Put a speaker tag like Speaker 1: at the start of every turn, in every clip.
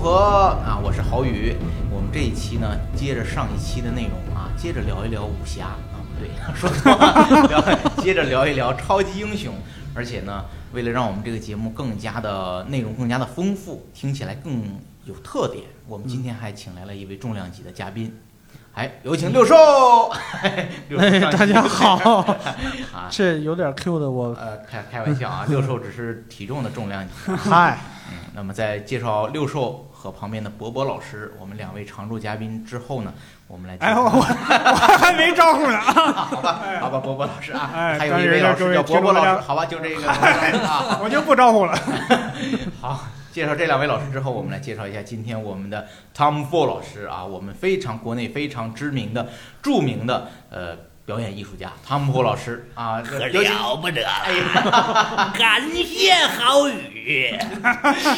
Speaker 1: 河啊，我是郝宇。我们这一期呢，接着上一期的内容啊，接着聊一聊武侠啊，不对，说错了，聊接着聊一聊超级英雄。而且呢，为了让我们这个节目更加的内容更加的丰富，听起来更有特点，我们今天还请来了一位重量级的嘉宾。哎，有请 六兽。六兽
Speaker 2: 哎，
Speaker 1: 上期
Speaker 2: 大家 好，
Speaker 1: 啊，
Speaker 2: 这有点 Q 的我，
Speaker 1: 呃，开开玩笑啊，六兽只是体重的重量级。
Speaker 2: 嗨，
Speaker 1: 嗯，那么在介绍六兽和旁边的博博老师，我们两位常驻嘉宾之后呢，我们来介
Speaker 2: 哎，
Speaker 1: 绍
Speaker 2: 我我我还没招呼呢啊，
Speaker 1: 好吧，好吧，博博老师啊，
Speaker 2: 哎
Speaker 1: 还有一位老
Speaker 2: 各
Speaker 1: 师
Speaker 2: 位
Speaker 1: 叫博博老师，
Speaker 2: 听众大家
Speaker 1: 好吧，就这 个啊，
Speaker 2: 我就不招呼了。
Speaker 1: 好。介绍这两位老师之后，我们来介绍一下今天我们的 Tom Ford 老师啊，我们非常国内非常知名的、著名的呃表演艺术家 Tom Ford 老师啊，
Speaker 3: 可
Speaker 1: 尤其
Speaker 3: 了不得
Speaker 1: 哎
Speaker 3: 了！
Speaker 1: 呀，
Speaker 3: 感谢郝宇，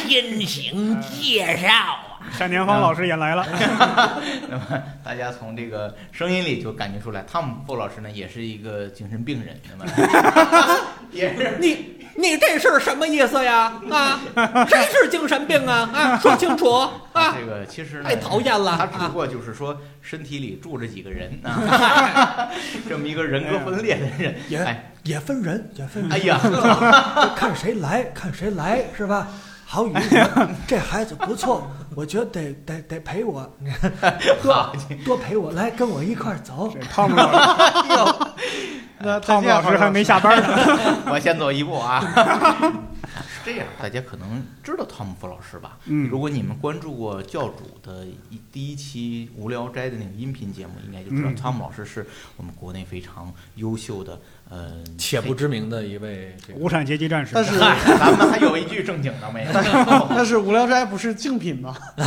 Speaker 3: 先行介绍啊！
Speaker 2: 单田芳老师也来了，
Speaker 1: 那么大家从这个声音里就感觉出来，Tom Ford 老师呢也是一个精神病人，那么 也是
Speaker 4: 你你这是什么意思呀？啊，谁是精神病啊？啊，说清楚
Speaker 1: 他
Speaker 4: 啊！
Speaker 1: 这个其实呢
Speaker 4: 太讨厌了
Speaker 1: 他只不
Speaker 4: 啊！
Speaker 1: 过就是说身体里住着几个人啊， 这么一个人格分裂的人，
Speaker 5: 也
Speaker 1: 哎，
Speaker 5: 也分人，也分人，
Speaker 1: 哎呀，
Speaker 5: 就看谁来，看谁来是吧？郝宇，这孩子不错，我觉得得得得陪我，
Speaker 1: 好，
Speaker 5: 多陪我来，跟我一块儿走。
Speaker 2: 这汤姆老师，
Speaker 6: 嗯
Speaker 1: 那
Speaker 2: 汤姆老师还没下班呢。
Speaker 1: 我先走一步啊。 是这样，大家可能知道汤姆·福老师吧？
Speaker 2: 嗯
Speaker 1: 如果你们关注过教主的一第一期《无聊斋》的那个音频节目，应该就知道
Speaker 2: 嗯
Speaker 1: 汤姆老师是我们国内非常优秀的，呃，
Speaker 7: 且不知名的一位这个
Speaker 2: 无产阶级战士，
Speaker 6: 但是
Speaker 1: 嗨。 咱们还有一句正经的 没有
Speaker 6: 但是无聊斋不是竞品吗？
Speaker 1: 啊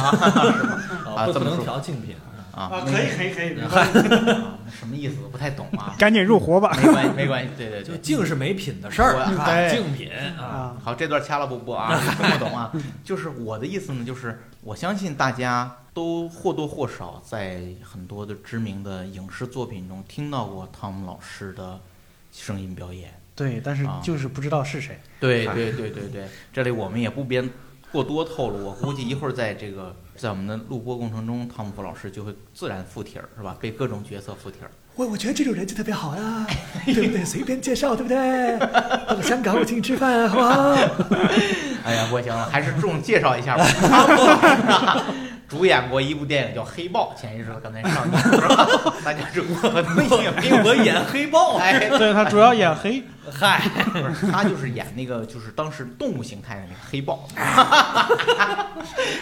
Speaker 7: 啊，不
Speaker 1: 这么
Speaker 7: 能
Speaker 1: 说
Speaker 7: 调竞品，
Speaker 1: 啊？
Speaker 6: 可以可以可以
Speaker 1: 啊什么意思？我不太懂啊。
Speaker 2: 嗯赶紧入伙吧。
Speaker 1: 没关系，没关系，对对
Speaker 7: 就
Speaker 1: 对。
Speaker 7: 竞是没品的事儿，
Speaker 1: 我哎
Speaker 7: 啊竞品啊，
Speaker 6: 啊，
Speaker 1: 好，这段掐了不播啊，听不懂 啊。就是我的意思呢，就是我相信大家都或多或少在很多的知名的影视作品中听到过汤姆老师的声音表演。
Speaker 6: 对，但是
Speaker 1: 啊
Speaker 6: 就是不知道 是谁。
Speaker 1: 对对对对对， 这里我们也不编过多透露，我估计一会儿在这个在我们的录播过程中，汤姆福老师就会自然附体儿，是吧？被各种角色附体儿。
Speaker 5: 我我觉得这种人就特别好呀，对不对？随便介绍，对不对？到香港我请你吃饭，好不好？
Speaker 1: 哎呀，不行了，还是重介绍一下吧。汤姆老师啊， 主演过一部电影叫《黑豹》，前一阵子刚才上映，是 吧？大家是可能也没
Speaker 7: 给我演黑豹，
Speaker 1: 哎，
Speaker 6: 对他主要演 黑，
Speaker 7: 嗨，
Speaker 1: 不是他就是演那个就是当时动物形态的那个黑豹。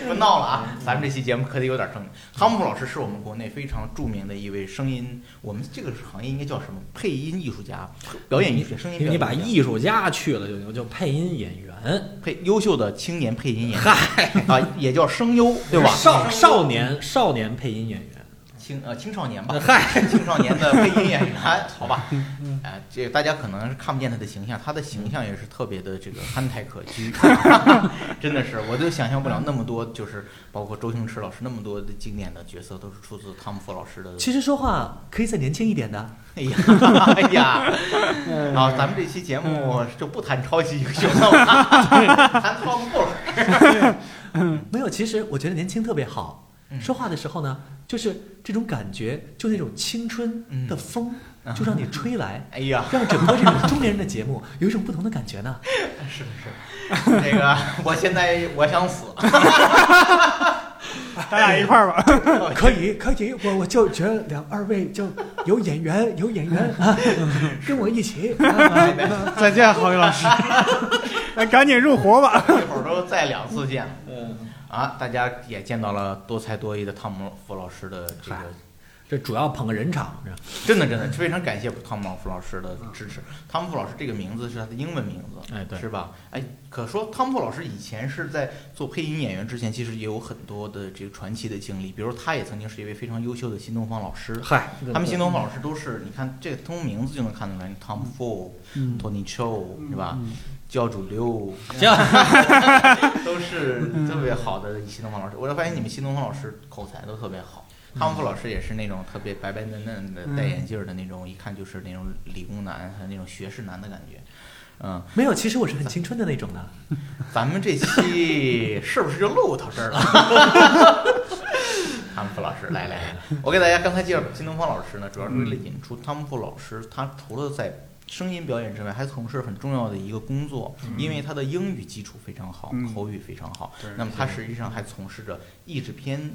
Speaker 1: 不闹了啊，咱们这期节目可得有点正经。汤姆老师是我们国内非常著名的一位声音，我们这个行业应该叫什么？配音艺术家、表演艺术家、声音表
Speaker 7: 你
Speaker 1: 演
Speaker 7: 把
Speaker 1: 艺术家
Speaker 7: 艺术家去了就行，叫配音演员，
Speaker 1: 配优秀的青年配音演员啊，也叫声优，对吧？
Speaker 7: 少少年少年配音演员，
Speaker 1: 青呃青少年吧，嗨， 青少年的配音演员，好吧，哎，这大家可能是看不见他的形象，他的形象也是特别的这个憨态可掬， 真的是，我都想象不了那么多，就是包括周星驰老师那么多的经典的角色都是出自汤姆·福老师的。
Speaker 5: 其实说话可以再年轻一点的。
Speaker 1: 哎呀，哎呀， 好，咱们这期节目就不谈抄袭英雄了， 谈汤姆·福老师。
Speaker 5: 没有，其实我觉得年轻特别好。
Speaker 1: 嗯
Speaker 5: 说话的时候呢，就是这种感觉，就那种青春
Speaker 1: 嗯
Speaker 5: 的风，就让你吹来。
Speaker 1: 哎呀，
Speaker 5: 让整个这种中年人的节目 有一种不同的感觉呢。
Speaker 1: 是是，这个我现在我想死，
Speaker 2: 咱俩一块儿吧。
Speaker 5: 可以，可以，我我就觉得两二位就有眼 缘，有眼缘啊，跟我一起。 啊
Speaker 2: 再见，郝宇老 师，哎赶紧入伙吧。
Speaker 1: 一会儿都再两次见了。
Speaker 7: 嗯，
Speaker 1: 啊，大家也见到了多才多艺的汤姆·福老师的这个
Speaker 7: 嗨，这主要捧个人场，是吧
Speaker 1: 真的真的非常感谢汤姆·福老师的支持。汤姆·福老师这个名字是他的英文名字，
Speaker 7: 哎对
Speaker 1: 是吧？哎，可说汤姆·福老师以前是在做配音演员之前，其实也有很多的这个传奇的经历，比如他也曾经是一位非常优秀的新东方老师。
Speaker 7: 嗨，
Speaker 1: 他们新东方老师都是，你看这个通名字就能看出来，Tom Ford、
Speaker 2: 嗯
Speaker 1: Tony Chou 是吧？
Speaker 2: 嗯
Speaker 1: 教主 刘，
Speaker 7: 行，
Speaker 1: 都是
Speaker 2: 嗯
Speaker 1: 特别好的新东方老师。我就发现你们新东方老师口才都特别好，汤姆老师也是那种特别白
Speaker 2: 嗯
Speaker 1: 白嫩嫩的、戴眼镜儿的那种，一看就是那种理工男和那种学士男的感觉。嗯，
Speaker 7: 没有，其实我是很青春的那种的。
Speaker 1: 咱们这期是不是就录到这儿了？ 汤姆·布老师，来来来，嗯我给大家刚才介绍新东方老师呢，主要是为了引出汤姆·布老师，他除了在声音表演之外，还从事很重要的一个工作，因为他的英语基础非常好，
Speaker 6: 嗯
Speaker 1: 口语非常好
Speaker 6: 对，
Speaker 1: 那么他实际上还从事着译制片。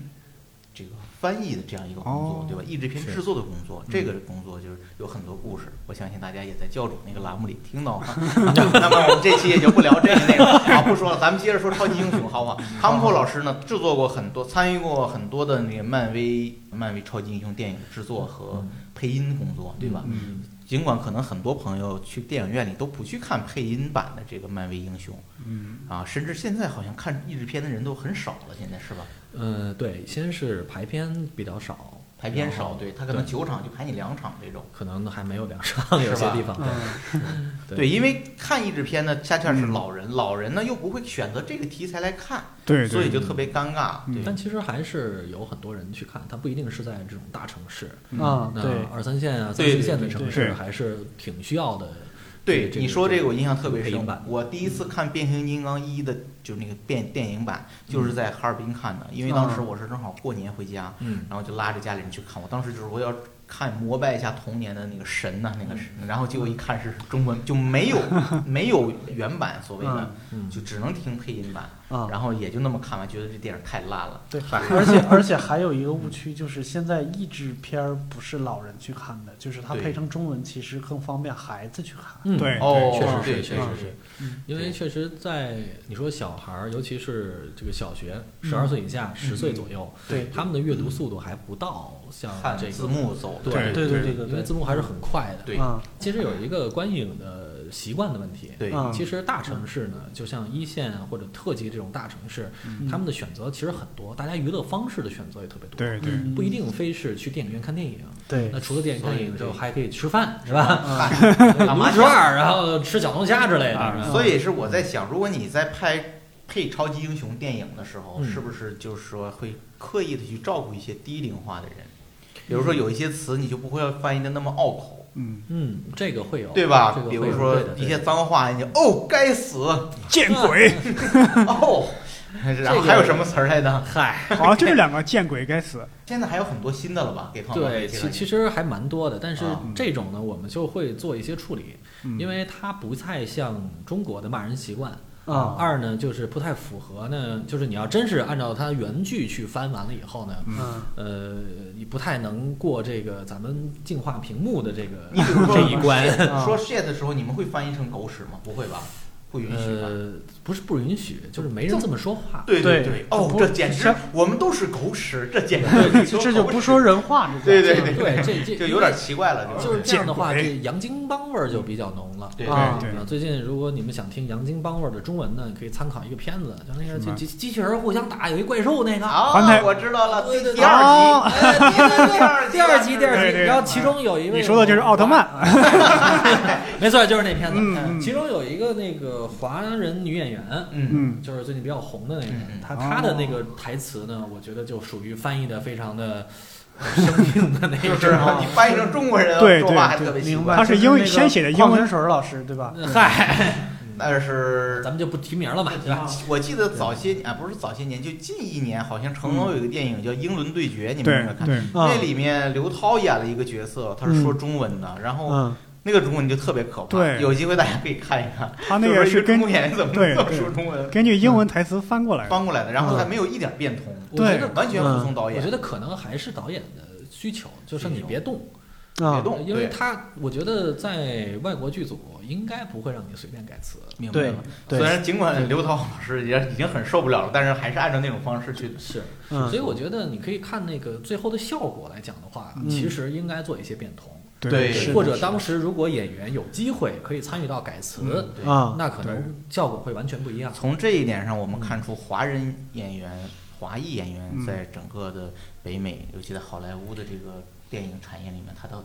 Speaker 1: 这个翻译的这样一个工作，
Speaker 6: 哦
Speaker 1: 对吧？译制片制作的工作，这个工作就是有很多故事，我相信大家也在教主那个栏目里听到了。那么我们这期也就不聊这个内容了，好，不说了，咱们接着说超级英雄，好吗？汤姆克老师呢，制作过很多，参与过很多的那个漫威漫威超级英雄电影制作和配音工作，对吧？
Speaker 6: 嗯
Speaker 1: 尽管可能很多朋友去电影院里都不去看配音版的这个漫威英雄
Speaker 6: 嗯，
Speaker 1: 啊，甚至现在好像看译制片的人都很少了，现在是吧？
Speaker 7: 呃，对，先是排片比较少，
Speaker 1: 排片
Speaker 7: 然
Speaker 1: 少，
Speaker 7: 后
Speaker 1: 对他可能九场就排你两场这种。
Speaker 7: 可能还没有两上，
Speaker 1: 是
Speaker 7: 有些
Speaker 1: 吧
Speaker 7: 地方。
Speaker 6: 嗯
Speaker 7: 对
Speaker 1: 对，因为看译制片呢，恰恰是老人，老人呢又不会选择这个题材来看，
Speaker 6: 对
Speaker 1: 所
Speaker 6: 对，
Speaker 1: 以就特别尴尬。
Speaker 6: 嗯
Speaker 1: 对，
Speaker 7: 但其实还是有很多人去看，它不一定是在这种大城市，
Speaker 6: 啊，
Speaker 7: 那
Speaker 6: 对，
Speaker 7: 二三线啊、三
Speaker 1: 对
Speaker 7: 四线的
Speaker 6: 对
Speaker 7: 城
Speaker 6: 对
Speaker 7: 市
Speaker 6: 对
Speaker 7: 还是挺需要的。
Speaker 1: 对
Speaker 7: 这个
Speaker 1: 你说这个，我印象特别
Speaker 7: 配音
Speaker 1: 深
Speaker 7: 版。嗯
Speaker 1: 我第一次看《变形金刚一》的，就是那个电电影版，就是在哈尔滨看的，因为当时我是正好过年回家，
Speaker 7: 嗯，
Speaker 1: 然后就拉着家里人去看。我当时就是我要看膜拜一下童年的那个神呐、那
Speaker 7: 嗯
Speaker 1: 个神。然后结果一看是中文，就没 有没有原版所谓的，
Speaker 7: 嗯
Speaker 1: 就只能听配音版。
Speaker 6: 啊
Speaker 1: 然后也就那么看完，觉得这电影太烂了。
Speaker 6: 对， 而且而且还有一个误区，就是现在译制片儿不是老人去看的，就是它
Speaker 1: 对
Speaker 6: 配成中文，其实更方便孩子去看。
Speaker 7: 嗯，
Speaker 2: 对
Speaker 1: 哦，嗯
Speaker 7: 确实
Speaker 1: 对
Speaker 7: 是，确
Speaker 1: 对
Speaker 7: 实是，因为确实在你说小孩儿，尤其是这个小学十二岁以下、十岁左右，
Speaker 6: 对
Speaker 7: 他们的阅读速度还不到像
Speaker 1: 看
Speaker 7: 这个
Speaker 1: 字，幕走的。
Speaker 7: 对
Speaker 6: 对对对
Speaker 7: 因为
Speaker 6: 对
Speaker 7: 字幕还是很快的。
Speaker 1: 对
Speaker 6: 啊，
Speaker 7: 其实有一个观影的习惯的问题，
Speaker 1: 对
Speaker 6: 啊
Speaker 7: 其实大城市呢，就像一线或者特级这种大城市，
Speaker 1: 嗯
Speaker 7: 他们的选择其实很多，大家娱乐方式的选择也特别多。
Speaker 2: 对对，
Speaker 6: 嗯
Speaker 7: 不一定非是去电影院看电影。
Speaker 6: 对
Speaker 7: 那除了电影
Speaker 1: 所以
Speaker 7: 看电影之后，
Speaker 1: 这
Speaker 7: 还可以吃饭，是吧？
Speaker 1: 看打
Speaker 7: 打
Speaker 1: 麻
Speaker 7: 麻
Speaker 1: 将
Speaker 7: 将，然后吃小龙虾之类的。是吧
Speaker 1: 所以是我在想，如果你在拍配超级英雄电影的时候，
Speaker 7: 嗯
Speaker 1: 是不是就是说会刻意的去照顾一些低龄化的人？比如说有一些词你就不会翻译的那么拗口，
Speaker 6: 嗯，
Speaker 7: 嗯，这个会有，
Speaker 1: 对吧
Speaker 7: 这个？会
Speaker 1: 比
Speaker 7: 有
Speaker 1: 如说
Speaker 7: 对的
Speaker 1: 一
Speaker 7: 对
Speaker 1: 些
Speaker 7: 的
Speaker 1: 脏话，你就哦该死
Speaker 2: 见鬼！
Speaker 1: 哦， 然后还有什么词儿来着？
Speaker 7: 嗨，
Speaker 2: 好像就是两个见鬼该死。
Speaker 1: 现在还有很多新的了吧？给朋友们
Speaker 7: 对，
Speaker 1: 介
Speaker 7: 其
Speaker 1: 绍
Speaker 7: 其
Speaker 1: 一下
Speaker 7: 实还蛮多的，但是
Speaker 1: 啊
Speaker 7: 这种呢，我们就会做一些处理，
Speaker 2: 嗯
Speaker 7: 因为它不太像中国的骂人习惯。
Speaker 6: 啊
Speaker 7: 二呢，就是不太符合呢，就是你要真是按照它原剧去翻完了以后呢，
Speaker 6: 嗯
Speaker 7: 呃，你不太能过这个咱们净化屏幕的这个
Speaker 1: 你比如说
Speaker 7: 这一 关。
Speaker 6: 啊
Speaker 1: 说 shit 的时候，你们会翻译成狗屎吗？不会吧？不允许吧？
Speaker 7: 呃，不是不允许，就是没人这么说话。
Speaker 1: 对
Speaker 6: 对
Speaker 1: 对，哦，
Speaker 6: 不
Speaker 1: 这简直
Speaker 6: 这，
Speaker 1: 我们都是狗屎，这简直
Speaker 6: 这嗯这就不说人话，这
Speaker 1: 对
Speaker 6: 叫
Speaker 1: 对
Speaker 7: 对这这
Speaker 1: 就有点奇怪了，这个
Speaker 7: 就是这样的话，
Speaker 2: 见
Speaker 7: 这
Speaker 2: 鬼
Speaker 7: 洋泾浜味儿就比较浓了。
Speaker 1: 对
Speaker 6: 啊
Speaker 2: 对
Speaker 7: 啊，最近如果你们想听洋泾浜味儿的中文呢，可以参考一个片子，就那个
Speaker 2: 什么
Speaker 7: 机机器人儿互相打，有一怪兽那个。
Speaker 2: 环
Speaker 1: 啊，
Speaker 2: 太
Speaker 1: 我知道了，
Speaker 7: 对对
Speaker 1: 第
Speaker 7: 对
Speaker 1: 第二集，
Speaker 7: 哎对对对
Speaker 1: 二集
Speaker 7: 第二集，第二
Speaker 2: 对
Speaker 7: 集，
Speaker 2: 对
Speaker 7: 然后其中有一位，
Speaker 2: 你说的就是奥特曼，
Speaker 7: 没错，就是那片子。
Speaker 2: 嗯嗯
Speaker 7: 其中有一个那个华人女演员，
Speaker 1: 嗯，
Speaker 2: 嗯，
Speaker 7: 就是最近比较红的那个
Speaker 1: 嗯嗯，
Speaker 7: 她
Speaker 2: 哦
Speaker 7: 她的那个台词呢，我觉得就属于翻译的非常的生硬的那
Speaker 1: 就
Speaker 7: 一
Speaker 1: 是
Speaker 7: 种。
Speaker 1: 你翻译成中国人
Speaker 2: 对
Speaker 1: 说话还
Speaker 6: 对
Speaker 1: 特别奇
Speaker 6: 明
Speaker 1: 怪，
Speaker 6: 白。
Speaker 2: 他是英语先写的英文
Speaker 6: 矿泉水老师对吧？
Speaker 7: 嗨，
Speaker 1: 但是
Speaker 7: 咱。们就不提名了嘛，对吧？
Speaker 1: 啊我记得早些年啊，不是早些年，就近一年，好像成龙有一个电影叫《英伦对决》，你们有
Speaker 2: 嗯对
Speaker 1: 没有看？
Speaker 2: 对，
Speaker 6: 啊
Speaker 1: 那里面刘涛演了一个角色，他是说中文的，然后
Speaker 6: 嗯，
Speaker 1: 那个中文就特别可怕。
Speaker 2: 对
Speaker 1: 有机会大家可以看一看，
Speaker 2: 他那个
Speaker 1: 就是
Speaker 2: 是
Speaker 1: 一中
Speaker 2: 根
Speaker 1: 国演员怎么
Speaker 2: 对
Speaker 1: 怎么
Speaker 2: 对
Speaker 1: 说中文，
Speaker 2: 根据英文台词翻过来的。
Speaker 1: 翻过来的，然
Speaker 6: 嗯
Speaker 1: 后还没有一点变通，
Speaker 7: 我觉得
Speaker 1: 完全服从导
Speaker 7: 我
Speaker 1: 演
Speaker 7: 觉。得可能还是导演的需求，就是你别动，
Speaker 1: 别
Speaker 6: 啊，
Speaker 1: 动，
Speaker 7: 因为
Speaker 1: 对
Speaker 7: 他我觉得在外国剧组应该不会让你随便改词。
Speaker 1: 明白
Speaker 6: 对
Speaker 1: 了。虽
Speaker 6: 对，
Speaker 1: 然尽管刘涛老师也已经很受不了了，但是还是按照那种方式去。
Speaker 7: 是，
Speaker 6: 嗯
Speaker 7: 所以我觉得你可以看那个最后的效果来讲的话，
Speaker 6: 嗯
Speaker 7: 其实应该做一些变通，
Speaker 1: 对
Speaker 6: 是的
Speaker 7: 或者当时如果演员有机会可以参与到改词，
Speaker 1: 对
Speaker 6: 啊，
Speaker 7: 那可能效果会完全不一样。
Speaker 1: 从这一点上，我们看出华人演员、华裔演员
Speaker 2: 嗯
Speaker 1: 在整个的北美，尤其在好莱坞的这个电影产业里面，他都，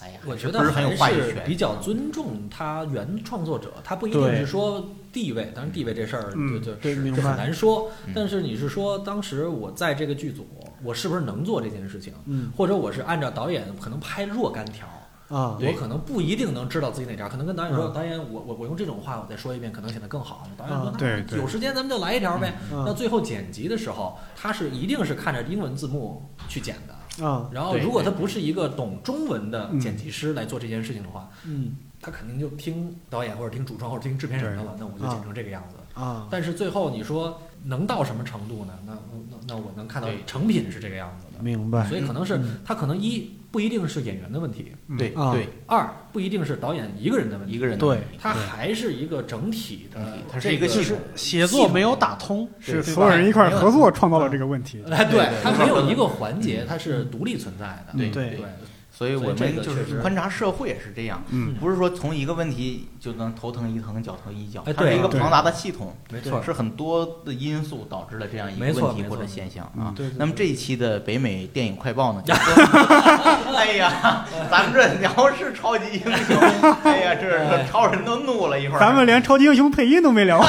Speaker 1: 哎呀，
Speaker 7: 我觉得
Speaker 1: 还是不是很有话
Speaker 7: 还
Speaker 1: 语
Speaker 7: 是
Speaker 1: 权，
Speaker 7: 比较尊重他原创作者，他不一定
Speaker 6: 对
Speaker 7: 是说地位，当然地位这事儿
Speaker 2: 嗯
Speaker 7: 就就
Speaker 6: 对，明
Speaker 7: 这很
Speaker 6: 白。
Speaker 7: 难说
Speaker 1: 嗯。
Speaker 7: 但是你是说，当时我在这个剧组，我是不是能做这件事情，
Speaker 6: 嗯
Speaker 7: 或者我是按照导演可能拍若干条，
Speaker 5: 啊
Speaker 7: 我可能不一定能知道自己哪吒，可能跟导演说，
Speaker 5: 嗯
Speaker 7: 导演，我我我用这种话我再说一遍，可能显得更好。导演说
Speaker 5: 嗯，
Speaker 2: 对
Speaker 7: 那
Speaker 2: 对
Speaker 7: 有时间咱们就来一条呗。
Speaker 5: 嗯嗯
Speaker 7: 那最后剪辑的时候，他是一定是看着英文字幕去剪的。
Speaker 5: 啊，
Speaker 7: 然后，
Speaker 2: 对
Speaker 7: 如果他
Speaker 2: 对
Speaker 7: 不是一个懂中文的剪辑师来做这件事情的话，
Speaker 5: 嗯
Speaker 7: 他肯定就听导演或者听主创或者听制片人的了。那我就剪成这个样子。
Speaker 5: 啊，
Speaker 7: 但是最后你说能到什么程度呢？那那那我能看到
Speaker 1: 对
Speaker 7: 成品是这个样子的，
Speaker 6: 明白。
Speaker 7: 所以可能是他可能一不一定是演员的问题，
Speaker 2: 嗯
Speaker 1: 对
Speaker 5: 啊
Speaker 1: 对，
Speaker 7: 二不一定是导演一个人的问题，
Speaker 1: 一个人的
Speaker 6: 对
Speaker 1: 问题
Speaker 7: 它还是一个整体的
Speaker 1: 嗯，它
Speaker 7: 它
Speaker 1: 是一个
Speaker 6: 就
Speaker 1: 系
Speaker 6: 是
Speaker 1: 统
Speaker 6: 协作没有打通，
Speaker 2: 是
Speaker 1: 对
Speaker 2: 所有人一块儿
Speaker 7: 没有
Speaker 2: 合作创造了这个问题。
Speaker 7: 哎，
Speaker 1: 对
Speaker 7: 对
Speaker 1: 对，
Speaker 7: 它没有一个环节它是独立存在的，
Speaker 1: 对
Speaker 6: 对
Speaker 7: 对，
Speaker 1: 所以我
Speaker 7: 所以这
Speaker 1: 们
Speaker 7: 个
Speaker 1: 就
Speaker 7: 确实
Speaker 1: 是观察社会也是这样，
Speaker 2: 嗯
Speaker 1: 不是说从一个问题就能头疼一疼脚疼一脚，
Speaker 7: 哎
Speaker 1: 它是
Speaker 7: 对
Speaker 1: 一个
Speaker 2: 对
Speaker 1: 庞大的系统，
Speaker 7: 没错，
Speaker 1: 是很多的因素导致了这样一个
Speaker 7: 没错
Speaker 1: 问题
Speaker 7: 没
Speaker 1: 或
Speaker 7: 错
Speaker 1: 者现象啊。
Speaker 6: 对对
Speaker 1: 那么这一期的北美电影快 报呢？就说哎呀，咱们这聊是超级英雄，哎呀，这这超人都怒了一会儿。
Speaker 2: 咱们连超级英雄配音都没聊，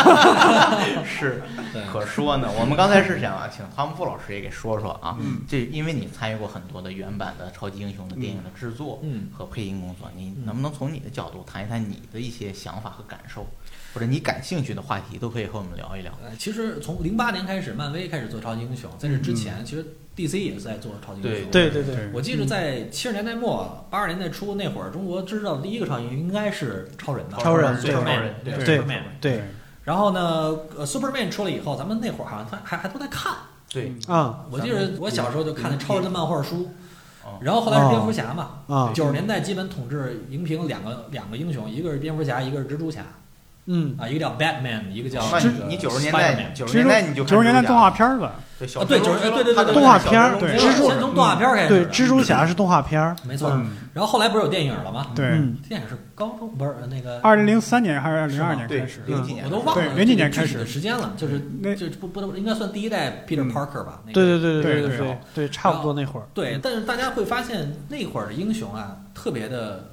Speaker 1: 是
Speaker 7: 对
Speaker 1: 可说呢。我们刚才是想啊，请汤姆布老师也给说说啊，
Speaker 2: 嗯
Speaker 1: 这因为你参与过很多的原版的超级英雄的电影的制作
Speaker 7: 嗯
Speaker 1: 和配音工作，你
Speaker 7: 嗯
Speaker 1: 能不能从你的角度谈一谈你的一些想法和感受，或者你感兴趣的话题都可以和我们聊一聊。
Speaker 7: 呃，其实从零八年开始，漫威开始做超级英雄，在这之
Speaker 1: 嗯
Speaker 7: 前，其实 DC 也在做超级英雄。
Speaker 6: 对对
Speaker 2: 对
Speaker 6: 对，
Speaker 7: 我记得在七十年代末、八十年代初那会儿，中国知道的第一个超级英雄应该是超人吧？
Speaker 6: 超人对
Speaker 1: 超人，
Speaker 7: 对
Speaker 2: 对
Speaker 6: 对
Speaker 7: Superman
Speaker 6: 对
Speaker 2: 嗯
Speaker 7: 然后呢，呃，Superman 出来以后，咱们那会儿好像还还还都在看。
Speaker 1: 对
Speaker 6: 啊
Speaker 7: 我记得我小时候就看那超人的漫画书
Speaker 1: 哦，
Speaker 7: 然后后来是蝙蝠侠嘛，
Speaker 6: 啊，
Speaker 7: 九十年代基本统治荧屏两个两个英雄，一个是蝙蝠侠，一个是蜘蛛侠
Speaker 6: 嗯，
Speaker 7: 啊，一个叫 Batman，一个叫
Speaker 1: 哦那你你九十年代，九十年代你就
Speaker 2: 九十年代动画片儿吧，
Speaker 1: 对
Speaker 7: 啊对90对对对对
Speaker 6: 动画片儿
Speaker 2: 对
Speaker 7: 蜘
Speaker 6: 蜘
Speaker 7: 蛛
Speaker 6: 蛛
Speaker 7: 先从动画片开始，
Speaker 6: 对，蜘蛛侠是动画片儿，
Speaker 7: 没错。
Speaker 2: 嗯
Speaker 7: 然后后来不是有电影了吗？，
Speaker 2: 对，
Speaker 6: 嗯，
Speaker 7: 电影是高中不是那个
Speaker 2: 二零零三年还是二零零二年
Speaker 1: 对
Speaker 2: 开始，
Speaker 1: 零几年
Speaker 7: 我都忘了
Speaker 2: 对零几年开始
Speaker 7: 具体的时间了，就是
Speaker 2: 那
Speaker 7: 就是不不能应该算第一代 Peter
Speaker 2: 嗯
Speaker 7: Parker 吧？那个
Speaker 6: 对对
Speaker 2: 对
Speaker 6: 对对
Speaker 2: 对
Speaker 6: 对对，差不多那会儿，
Speaker 7: 对，但是大家会发现那会儿的英雄啊，特别的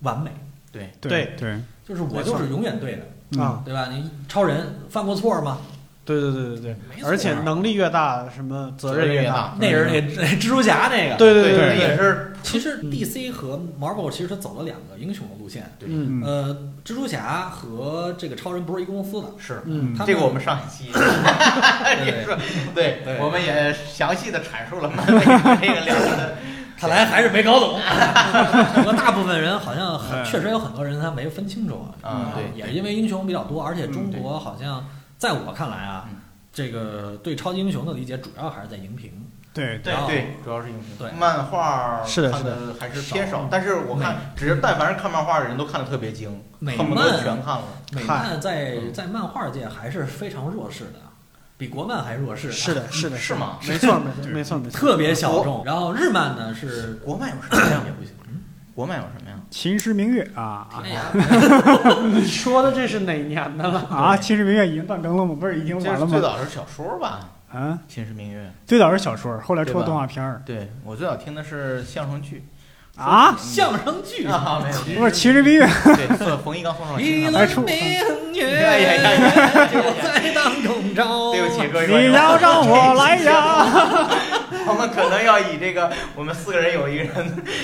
Speaker 7: 完美，
Speaker 1: 对
Speaker 2: 对对
Speaker 7: 就是我就是永远对的，
Speaker 2: 嗯
Speaker 6: 啊，
Speaker 7: 对吧？你超人犯过错吗？
Speaker 6: 对对对对对
Speaker 7: 没，错啊
Speaker 6: 而且能力越大，什么责任
Speaker 1: 越
Speaker 6: 大，嗯
Speaker 7: 那人那那蜘蛛侠那个，
Speaker 6: 对对
Speaker 1: 对，那
Speaker 6: 对
Speaker 1: 也是
Speaker 7: 其实 DC 和 Marvel 其实它走了两个英雄的路线，
Speaker 1: 对
Speaker 6: 嗯
Speaker 2: 嗯
Speaker 7: 呃，蜘蛛侠和这个超人不是一个公司的，
Speaker 1: 是。
Speaker 6: 嗯，
Speaker 7: 他
Speaker 1: 这个我们上一期哎也说，对，
Speaker 7: 对
Speaker 1: 我们也详细的阐述了漫威和这个 两个的
Speaker 7: 看来还是 没搞懂。我大部分人好像很
Speaker 2: 嗯
Speaker 7: 确实有很多人他没分清楚啊，
Speaker 1: 啊对
Speaker 7: 也是因为英雄比较多，而且中国好像在我看来啊
Speaker 1: 嗯，
Speaker 7: 这个对超级英雄的理解主要还是在荧屏。
Speaker 2: 对对
Speaker 1: 对
Speaker 7: 然后
Speaker 1: 对，主要是影评。
Speaker 7: 对
Speaker 1: 漫画
Speaker 6: 是的
Speaker 1: 看
Speaker 6: 是的
Speaker 1: 的还是偏少，但是我看，只是但凡是看漫画的人都看的特别精，
Speaker 7: 美
Speaker 1: 恨不得
Speaker 7: 漫
Speaker 1: 全看了。
Speaker 7: 美漫在在漫画界还是非常弱势的，比国漫还弱势。
Speaker 6: 是，的，是的，
Speaker 1: 是哦吗？
Speaker 6: 没错，没错，没错，没错，
Speaker 7: 特别小众。然后日漫呢是
Speaker 1: 国漫有什么呀？
Speaker 7: 也不行，嗯
Speaker 1: 国漫有什么呀？
Speaker 2: 秦时明月啊
Speaker 7: 哎呀，
Speaker 6: 你说的这是哪年的了？
Speaker 2: 啊！秦时明月已经断更了吗？不是已经
Speaker 1: 这
Speaker 2: 完
Speaker 1: 是
Speaker 2: 了
Speaker 1: 最
Speaker 2: 吗？
Speaker 1: 早是小说吧，
Speaker 2: 啊，
Speaker 1: 《秦时明月
Speaker 2: 最早是小说，后来出
Speaker 1: 对吧
Speaker 2: 了动画片儿》。
Speaker 1: 对我最早听的是相声剧
Speaker 2: 啊。
Speaker 7: 相声剧。
Speaker 1: 啊，没有，其实
Speaker 2: 不是秦时明月，
Speaker 1: 对，冯冯一刚、冯绍
Speaker 7: 一
Speaker 1: 卿
Speaker 7: 轮
Speaker 1: 啊。
Speaker 2: 来出
Speaker 7: 明月，
Speaker 1: 哎呀呀呀
Speaker 7: 我在当空照。
Speaker 1: 对不起，各位观众
Speaker 2: 你要让我来 呀！
Speaker 1: 我们可能要以这个，我们四个人有一个人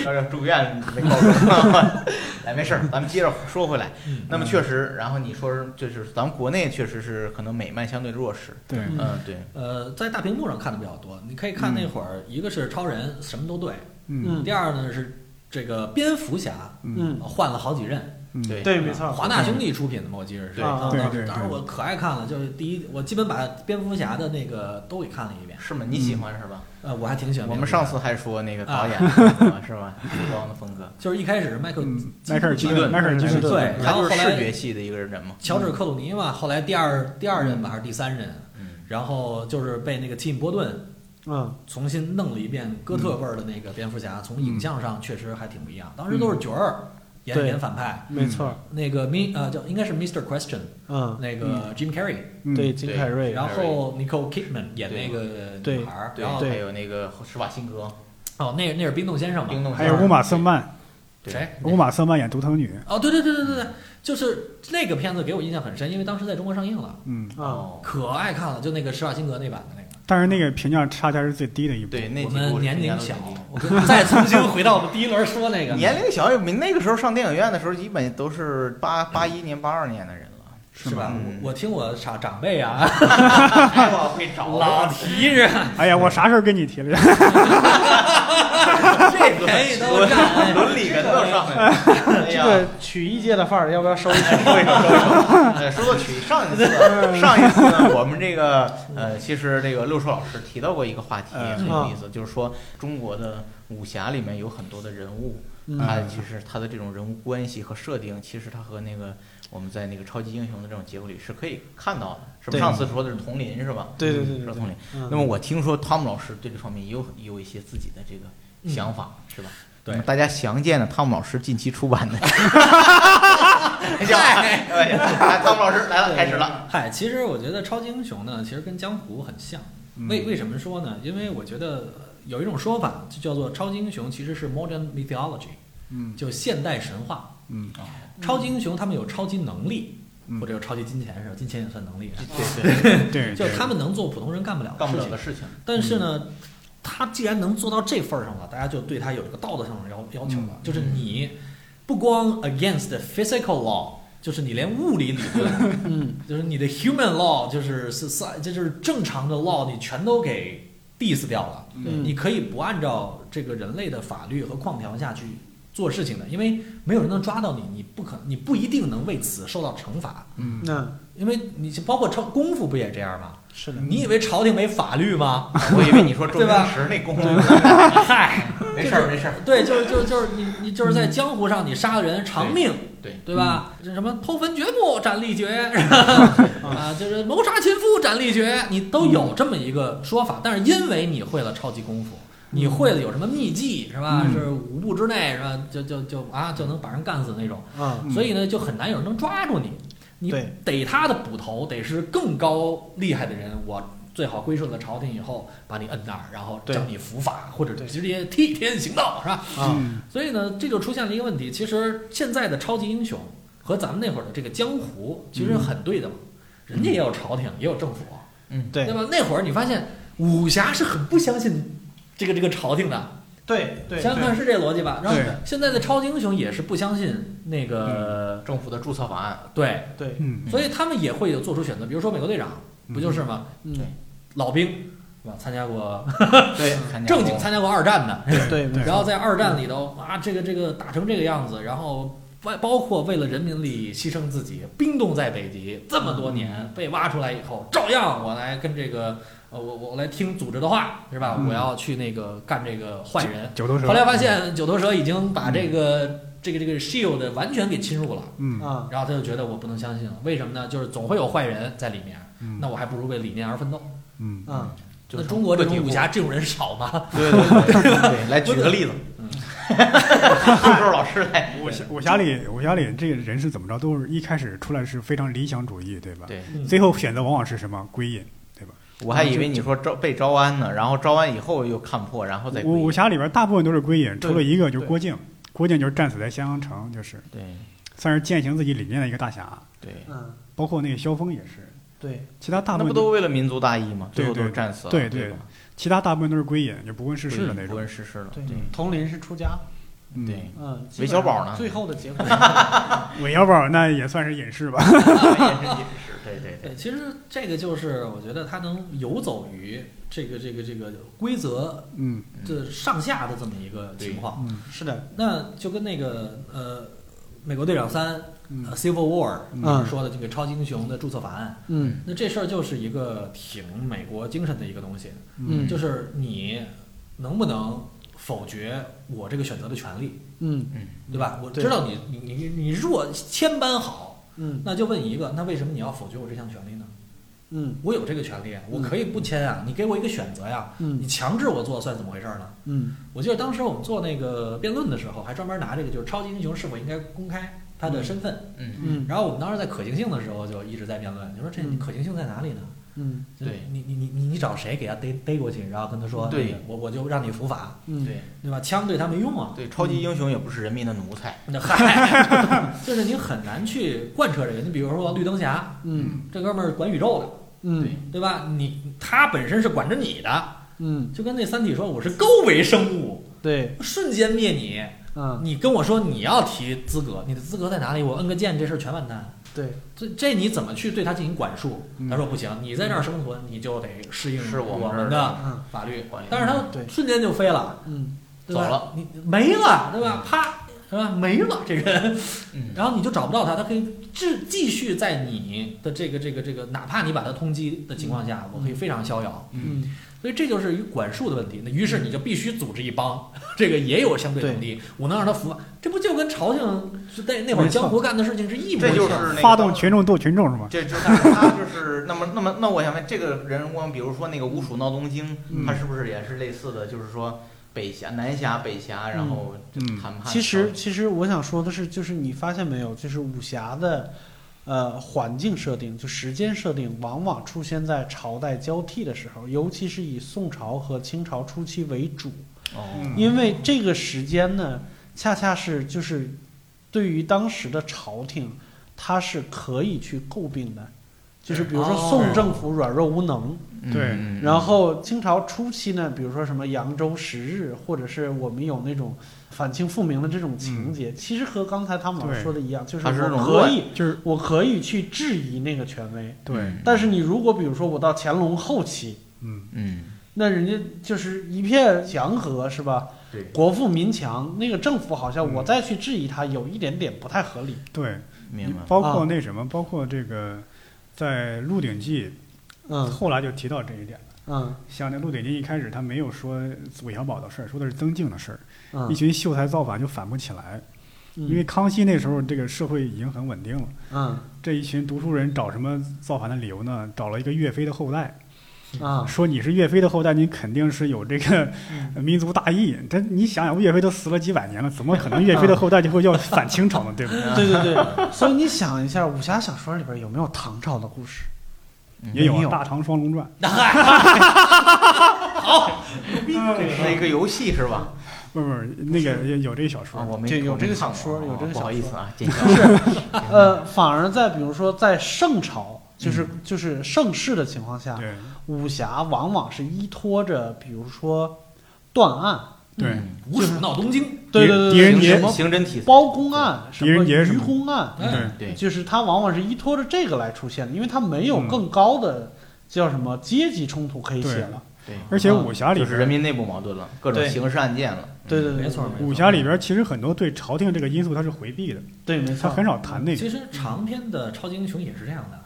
Speaker 1: 呃住院没告 诉，哎，没事儿，咱们接着说回来。那么确实，然后你说是就是咱们国内确实是可能美漫相对弱势，
Speaker 2: 对，
Speaker 7: 嗯
Speaker 1: 嗯，对，
Speaker 7: 呃，在大屏幕上看的比较多，你可以看那会儿，一个是超人什么都对，
Speaker 2: 嗯
Speaker 7: 第二呢是这个蝙蝠侠
Speaker 2: 嗯
Speaker 6: 嗯，
Speaker 7: 换了好几任，
Speaker 2: 嗯，
Speaker 1: 对
Speaker 6: 对，没错，
Speaker 7: 华纳兄弟出品的嘛，我记得是。
Speaker 1: 对
Speaker 7: 啊
Speaker 6: 对
Speaker 7: 当
Speaker 2: 对对
Speaker 7: 时当时我可爱看了，就是第一，我基本把蝙蝠侠的那个都给看了一遍，
Speaker 1: 是吗？你喜欢是吧？
Speaker 7: 呃，我还挺喜欢
Speaker 1: 我
Speaker 7: 蝙蝠侠的。
Speaker 1: 们上次还说那个导演的风格是吧？服装的风格，
Speaker 7: 就是一开始是迈克
Speaker 2: 嗯，迈克尔基
Speaker 1: 顿
Speaker 2: 顿，迈克尔基
Speaker 6: 基
Speaker 2: 顿，
Speaker 6: 顿
Speaker 7: 对，
Speaker 1: 他
Speaker 7: 然后
Speaker 1: 就
Speaker 7: 后
Speaker 1: 是视
Speaker 7: 来
Speaker 1: 觉系的一个人嘛。
Speaker 7: 乔治克鲁尼嘛，后来第二第二任吧还是第三任，
Speaker 1: 嗯，
Speaker 7: 然后就是被那个 Tim 波顿
Speaker 6: 嗯，
Speaker 7: 重新弄了一遍哥特味儿的那个蝙蝠侠，从影像上确实还挺不一样。当时都是角儿
Speaker 1: 嗯
Speaker 7: 演
Speaker 6: 对
Speaker 7: 演反派，
Speaker 6: 没错，
Speaker 7: 那个 Mi 呃叫应该是 Mr. Question，
Speaker 6: 嗯，
Speaker 7: 那个 Jim Carrey，
Speaker 2: 嗯
Speaker 6: 对，，金凯瑞，
Speaker 7: 然后 Nicole Kidman 演那个
Speaker 6: 对
Speaker 7: 女孩儿，
Speaker 1: 对，
Speaker 7: 然后
Speaker 1: 还有那个施瓦辛格，
Speaker 7: 哦那那是冰冻先生
Speaker 1: 冰
Speaker 7: 嘛，
Speaker 1: 冻
Speaker 2: 还有乌玛瑟曼，
Speaker 1: 对
Speaker 7: 谁？
Speaker 2: 乌玛瑟曼演独藤女，
Speaker 7: 哦对对对对对对，就是那个片子给我印象很深，因为当时在中国上映了，
Speaker 2: 嗯，
Speaker 6: 啊，
Speaker 1: 哦，
Speaker 7: 可爱看了，就那个施瓦辛格那版的那个。
Speaker 2: 但是那个评价差价是最低的一部。
Speaker 1: 对，那
Speaker 7: 我
Speaker 1: 几部
Speaker 7: 们年龄
Speaker 1: 评
Speaker 7: 小
Speaker 1: 价都挺低，
Speaker 7: 我跟再重新回到我们第一轮说那个
Speaker 1: 年龄小也没那个时候上电影院的时候，基本都是八八一年、八二年的人了。
Speaker 7: 是吧？
Speaker 1: 嗯
Speaker 7: 我我听我长长辈啊，
Speaker 1: 哎我会找
Speaker 7: 老提着
Speaker 2: 哎呀，我啥时候跟你提了？
Speaker 7: 这便宜都占，
Speaker 1: 伦理人都上来了。哎
Speaker 6: 这
Speaker 1: 呀，
Speaker 6: 个曲艺界的范儿要不要收 一收？
Speaker 1: 收一收，收一收。呃，说到曲艺，上一次，
Speaker 6: 嗯
Speaker 1: 上一次呢，我们这个呃，其实这个六硕老师提到过一个话题，
Speaker 2: 嗯
Speaker 1: 很有意思，就是说中国的武侠里面有很多的人物，
Speaker 6: 嗯
Speaker 1: 他其实他的这种人物关系和设定，其实他和那个我们在那个超级英雄的这种结构里是可以看到的，是不是？
Speaker 6: 对
Speaker 1: 上次说的是佟林是吧？
Speaker 6: 对对对对
Speaker 1: 说
Speaker 6: 对
Speaker 1: 佟林。
Speaker 6: 嗯
Speaker 1: 那么我听说汤姆老师对这方面也有也有一些自己的这
Speaker 6: 嗯
Speaker 1: 个想法，是吧？
Speaker 7: 对
Speaker 1: 那么大家详见呢，汤姆老师近期出版的。叫哎，汤姆老师来了，开始了。。
Speaker 7: 嗨，其实我觉得超级英雄呢，其实跟江湖很像。
Speaker 2: 嗯
Speaker 7: 为为什么说呢？因为我觉得呃有一种说法，就叫做超级英雄其实是 modern mythology，
Speaker 2: 嗯
Speaker 7: 就现代神话。
Speaker 2: 嗯
Speaker 7: 超级英雄他们有超级能力，
Speaker 2: 嗯
Speaker 7: 或者有超级金钱是吧？金钱也算能力啊，
Speaker 1: 对对，对
Speaker 2: 嗯，对，
Speaker 7: 就
Speaker 2: 对
Speaker 7: 他们能做普通人干不了的
Speaker 1: 干不
Speaker 7: 事
Speaker 1: 了
Speaker 7: 情
Speaker 1: 的。事情。
Speaker 7: 但是呢，
Speaker 6: 嗯
Speaker 7: 他既然能做到这份儿上了，大家就对他有一个道德上的要要求
Speaker 6: 嗯
Speaker 7: 了，就是你不光 against the physical law，就是你连物理理论，
Speaker 6: 嗯，
Speaker 7: 就是你的 human law，就是是是，这就是正常的 law，你全都给 diss 掉了。
Speaker 6: 嗯
Speaker 7: 你可以不按照这个人类的法律和框条下去做事情的，因为没有人能抓到你，你不可，你不一定能为此受到惩罚。
Speaker 1: 嗯，
Speaker 6: 那
Speaker 7: 因为你包括超功夫不也这样吗？
Speaker 6: 是的，
Speaker 7: 你以为朝廷没法律吗？
Speaker 1: 我以为你说周
Speaker 7: 对吧
Speaker 1: 星驰那功夫，
Speaker 7: 嗨，
Speaker 1: 没事儿没事儿。
Speaker 7: 对，就是就是就是你你就是在江湖上你杀人偿命，
Speaker 1: 对
Speaker 7: 对吧？这什么偷坟掘墓斩立决啊，就是谋杀亲夫斩立决，你都有这么一个说法。但是因为你会了超级功夫，你会了有什么秘技是吧？
Speaker 2: 嗯
Speaker 7: 是五步之内是吧？就就就啊就能把人干死那种，
Speaker 6: 啊，
Speaker 2: 嗯
Speaker 7: 所以呢就很难有人能抓住你。你
Speaker 6: 对
Speaker 7: 逮他的捕头得是更高厉害的人，我最好归顺了朝廷以后，把你摁那儿，然后
Speaker 6: 对
Speaker 7: 叫你伏法，或者
Speaker 6: 对
Speaker 7: 直接替天行道，是吧？
Speaker 6: 啊，
Speaker 2: 嗯
Speaker 7: 所以呢，这就出现了一个问题。其实现在的超级英雄和咱们那会儿的这个江湖其实很对的嘛，人家也有朝廷，也有政府，
Speaker 1: 嗯，
Speaker 6: 对
Speaker 7: 对吧？那会儿你发现武侠是很不相信这个这个朝廷的，
Speaker 6: 对对
Speaker 7: 想想看是这逻辑吧？然后
Speaker 2: 对
Speaker 7: 现在的超级英雄也是不相信那个、
Speaker 1: 政府的注册法案，
Speaker 7: 对，
Speaker 6: 对，
Speaker 2: 嗯
Speaker 7: 所以他们也会有做出选择，比如说美国队长
Speaker 2: 嗯
Speaker 7: 不就是吗？
Speaker 6: 嗯，
Speaker 7: 老兵是吧？参加过
Speaker 1: 对，
Speaker 7: 正经参加过二战的，
Speaker 6: 对
Speaker 2: 对
Speaker 7: 然后在二战里头啊，这个这个打成这个样子，然后外包括为了人民利益牺牲自己，冰冻在北极这么多
Speaker 2: 嗯
Speaker 7: 年，被挖出来以后，照样我来跟这个呃我我来听组织的话是吧？
Speaker 2: 嗯
Speaker 7: 我要去那个干这个坏人。
Speaker 2: 九头蛇。
Speaker 7: 后来发现九头蛇已经把这个这个这个 shield 完全给侵入了，
Speaker 2: 嗯
Speaker 6: 啊，
Speaker 7: 然后他就觉得我不能相信了，为什么呢？就是总会有坏人在里面，
Speaker 2: 嗯
Speaker 7: 那我还不如为理念而奋斗。
Speaker 2: 嗯
Speaker 6: 啊，
Speaker 7: 那中国这种武侠这种人少吗？
Speaker 1: 对对对对，来举个例子，
Speaker 7: 嗯
Speaker 1: 周周老师来，
Speaker 2: 武侠武侠里武侠里这个人是怎么着？都是一开始出来是非常理想主义，对吧？
Speaker 1: 对，
Speaker 7: 嗯
Speaker 2: 最后选择往往是什么归隐。
Speaker 1: 我还以为你说招被招安呢，然后招安以后又看破，然后再
Speaker 2: 武武
Speaker 1: 归。
Speaker 2: 侠里边大部分都是归隐，
Speaker 1: 对
Speaker 2: 除了一个就是
Speaker 1: 对
Speaker 2: 郭靖，郭靖就是战死在襄阳城，就是
Speaker 1: 对
Speaker 2: 算是践行自己理念的一个大侠。
Speaker 1: 对，
Speaker 6: 嗯，
Speaker 2: 包括那个萧峰也是，
Speaker 6: 对，
Speaker 2: 其他大
Speaker 1: 那不
Speaker 2: 部分都
Speaker 1: 都为了民族大义吗？最
Speaker 2: 对
Speaker 1: 后都是
Speaker 2: 对
Speaker 1: 战死了，
Speaker 2: 对
Speaker 1: 对
Speaker 2: 对
Speaker 1: 吧，
Speaker 2: 其他大部分都是归隐，就不问世
Speaker 1: 是
Speaker 2: 事的那
Speaker 1: 不
Speaker 2: 种
Speaker 1: 问。世事了，
Speaker 6: 对
Speaker 1: 对，
Speaker 6: 佟林是出家，
Speaker 2: 嗯
Speaker 1: 对，
Speaker 6: 嗯，基
Speaker 1: 韦
Speaker 6: 本
Speaker 1: 小
Speaker 6: 上
Speaker 1: 宝呢
Speaker 6: 最后的结果，
Speaker 2: 韦小宝那也算是隐士吧？
Speaker 1: 对对对，
Speaker 7: 对，呃其实这个就是我觉得他能游走于这个这个这个规则
Speaker 2: 嗯
Speaker 7: 的上下的这么一个情况。
Speaker 2: 嗯
Speaker 6: 是的，
Speaker 7: 那就跟那个呃，《美国队长三》呃
Speaker 2: 嗯
Speaker 7: 《Civil War
Speaker 2: 嗯》
Speaker 7: 说的这个超级英雄的注册法案，
Speaker 6: 嗯
Speaker 7: 那这事儿就是一个挺美国精神的一个东西，
Speaker 6: 嗯
Speaker 7: 就是你能不能否决我这个选择的权利，
Speaker 6: 嗯
Speaker 7: 对吧？我
Speaker 6: 对
Speaker 7: 知道你你你你若千般好，
Speaker 6: 嗯
Speaker 7: 那就问一个，那为什么你要否决我这项权利呢？
Speaker 6: 嗯
Speaker 7: 我有这个权利，我可以不签
Speaker 1: 嗯
Speaker 7: 啊，你给我一个选择呀，你
Speaker 6: 嗯
Speaker 7: 强制我做算怎么回事呢？
Speaker 6: 嗯
Speaker 7: 我记得当时我们做那个辩论的时候，还专门拿这个就是超级英雄是否应该公开他的身份，
Speaker 1: 嗯，
Speaker 6: 嗯
Speaker 7: 然后我们当时在可行性的时候就一直在辩论，就说这
Speaker 6: 嗯
Speaker 7: 可行性在哪里呢？
Speaker 6: 嗯
Speaker 7: 就是
Speaker 1: 对
Speaker 7: 你你你你你找谁给他逮逮过去，然后跟他说，
Speaker 1: 对
Speaker 7: 那个我我就让你伏法，
Speaker 6: 嗯，
Speaker 1: 对
Speaker 7: 对吧？枪对他没用啊，
Speaker 1: 对，超级英雄也不是人民的奴才，
Speaker 7: 那嗨，就是你很难去贯彻这个。你比如说绿灯侠，
Speaker 6: 嗯
Speaker 7: 这哥们儿管宇宙的，
Speaker 6: 嗯
Speaker 7: 对吧？你他本身是管着你的，
Speaker 6: 嗯，
Speaker 7: 就跟那《三体》说我是高维生物，
Speaker 6: 对，
Speaker 7: 瞬间灭你。
Speaker 6: 嗯
Speaker 7: 你跟我说你要提资格，你的资格在哪里？我摁个键，这事儿全完蛋。
Speaker 6: 对，
Speaker 7: 这这你怎么去对他进行管束？
Speaker 2: 嗯
Speaker 7: 他说不行，你在这儿生存，你就得适应
Speaker 1: 是我们
Speaker 7: 我
Speaker 1: 这儿的
Speaker 7: 们的
Speaker 6: 嗯
Speaker 7: 法律
Speaker 1: 管理。
Speaker 7: 但是他
Speaker 6: 对
Speaker 7: 瞬间就飞了，
Speaker 6: 嗯
Speaker 7: 对吧
Speaker 1: 走了，
Speaker 7: 你没了，对吧？啪，是吧？没了这人，
Speaker 1: 嗯
Speaker 7: 然后你就找不到他，他可以继继续在你的这个这个这个，哪怕你把他通缉的情况下，我可以非常逍遥。
Speaker 6: 嗯
Speaker 7: 所以这就是与管束的问题。那于是你就必须组织一帮， 这个也有相对能力，我能让他服。这不就跟朝廷是在那会儿江湖干的事情是一模
Speaker 1: 这
Speaker 7: 一
Speaker 1: 就
Speaker 7: 样
Speaker 1: 是
Speaker 7: 的？
Speaker 1: 那个
Speaker 2: 发动群众斗群众是吧？
Speaker 1: 这就但是他就是那么那么那我想问，这个人物，比如说那个吴蜀闹东京，
Speaker 2: 嗯
Speaker 1: 他是不是也是类似的？就是说北峡、南峡、北峡，然后
Speaker 2: 嗯嗯
Speaker 1: 谈判。
Speaker 6: 其实，其实我想说的是，就是你发现没有，就是武侠的，呃，环境设定就时间设定，往往出现在朝代交替的时候，尤其是以宋朝和清朝初期为主，
Speaker 2: 嗯
Speaker 1: 哦，
Speaker 6: 因为这个时间呢，恰恰是就是对于当时的朝廷，它是可以去诟病的，就是比如说宋政府软弱无能，
Speaker 2: 对
Speaker 1: 嗯
Speaker 6: 然后清朝初期呢，比如说什么扬州十日，或者是我们有那种反清复明的这种情节，其实和刚才他们老师
Speaker 2: 对
Speaker 6: 说的一样，就是
Speaker 1: 它是这种
Speaker 6: 我可以，
Speaker 2: 就是
Speaker 6: 我可以去质疑那个权威，
Speaker 2: 对，
Speaker 6: 但是你如果比如说我到乾隆后期，
Speaker 2: 嗯，
Speaker 1: 嗯，
Speaker 6: 那人家就是一片祥和，是吧？
Speaker 1: 对
Speaker 6: 国富民强，那个政府好像
Speaker 2: 嗯
Speaker 6: 我再去质疑它，有一点点不太合理。
Speaker 2: 对，
Speaker 1: 明白。
Speaker 2: 包括那什么，包括这个在《鹿鼎记》
Speaker 6: 嗯
Speaker 2: 后来就提到这一点了。
Speaker 6: 嗯
Speaker 2: 像那《鹿鼎记》一开始他没有说韦小宝的事儿，说的是曾静的事儿，一
Speaker 6: 嗯，
Speaker 2: 群秀才造反就反不起来，因为康熙那时候这个社会已经很稳定了。
Speaker 6: 嗯
Speaker 2: 这一群读书人找什么造反的理由呢？找了一个岳飞的后代，
Speaker 6: 啊嗯
Speaker 2: 说你是岳飞的后代，你肯定是有这个民族大义。但你想想，岳飞都死了几百年了，怎么可 能岳飞的后代就会要反清朝呢？对不对？
Speaker 6: 嗯对对对，所以你想一下，武侠小说里边有没有唐朝的故事？
Speaker 2: 也有
Speaker 6: 没
Speaker 2: 啊
Speaker 6: 有
Speaker 2: 《大唐双龙传》。
Speaker 1: 啊是一个游戏是吧？
Speaker 2: 不是不是，那个也有这个小
Speaker 1: 啊，
Speaker 2: 说。
Speaker 1: 我没
Speaker 6: 对有这
Speaker 1: 我没看
Speaker 6: 个
Speaker 1: 过
Speaker 6: 小说有这个
Speaker 1: 不好
Speaker 6: 小
Speaker 1: 意
Speaker 6: 说嗯
Speaker 1: 思啊，见笑了。
Speaker 6: 呃，反而在比如说在盛朝，就是、就是盛世的情况下，
Speaker 2: 嗯对
Speaker 6: 武侠往往是依托着比如说断案，
Speaker 2: 对，
Speaker 7: 吴蜀闹东京，
Speaker 6: 对
Speaker 2: 狄
Speaker 6: 对对
Speaker 2: 狄仁
Speaker 6: 嗯对
Speaker 2: 杰
Speaker 6: 什么
Speaker 1: 刑侦题材
Speaker 6: 包公案、什
Speaker 2: 狄
Speaker 6: 么
Speaker 2: 仁杰什
Speaker 6: 于
Speaker 2: 么
Speaker 6: 公案，
Speaker 7: 哎，
Speaker 1: 对，
Speaker 6: 就是它往往是依托着这个来出现的，因为它没有更高的叫什么阶级冲突可以写了。
Speaker 1: 对，嗯
Speaker 2: 而且
Speaker 6: 嗯
Speaker 2: 武侠里
Speaker 1: 就是人
Speaker 2: 边，
Speaker 1: 民内部矛盾了，各种
Speaker 6: 对
Speaker 1: 刑事案件了。
Speaker 6: 对对对，
Speaker 7: 没错没错。
Speaker 2: 武侠里边其实很多对朝廷这个因素它是回避的，
Speaker 6: 对没
Speaker 2: 它
Speaker 6: 错
Speaker 2: 很少谈那个
Speaker 7: 其。实长篇的超级英雄也是这样的。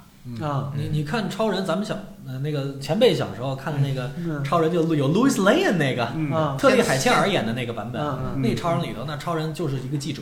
Speaker 6: 啊。
Speaker 7: 你你看超人，咱们小呃那个前辈小时候看的那个
Speaker 6: 嗯
Speaker 7: 超人，就有 Louis Lane 那个
Speaker 2: 嗯
Speaker 6: 啊
Speaker 7: 特利海切尔演的那个版本
Speaker 6: 嗯，
Speaker 2: 嗯
Speaker 7: 那超人里头，那超人就是一个记者，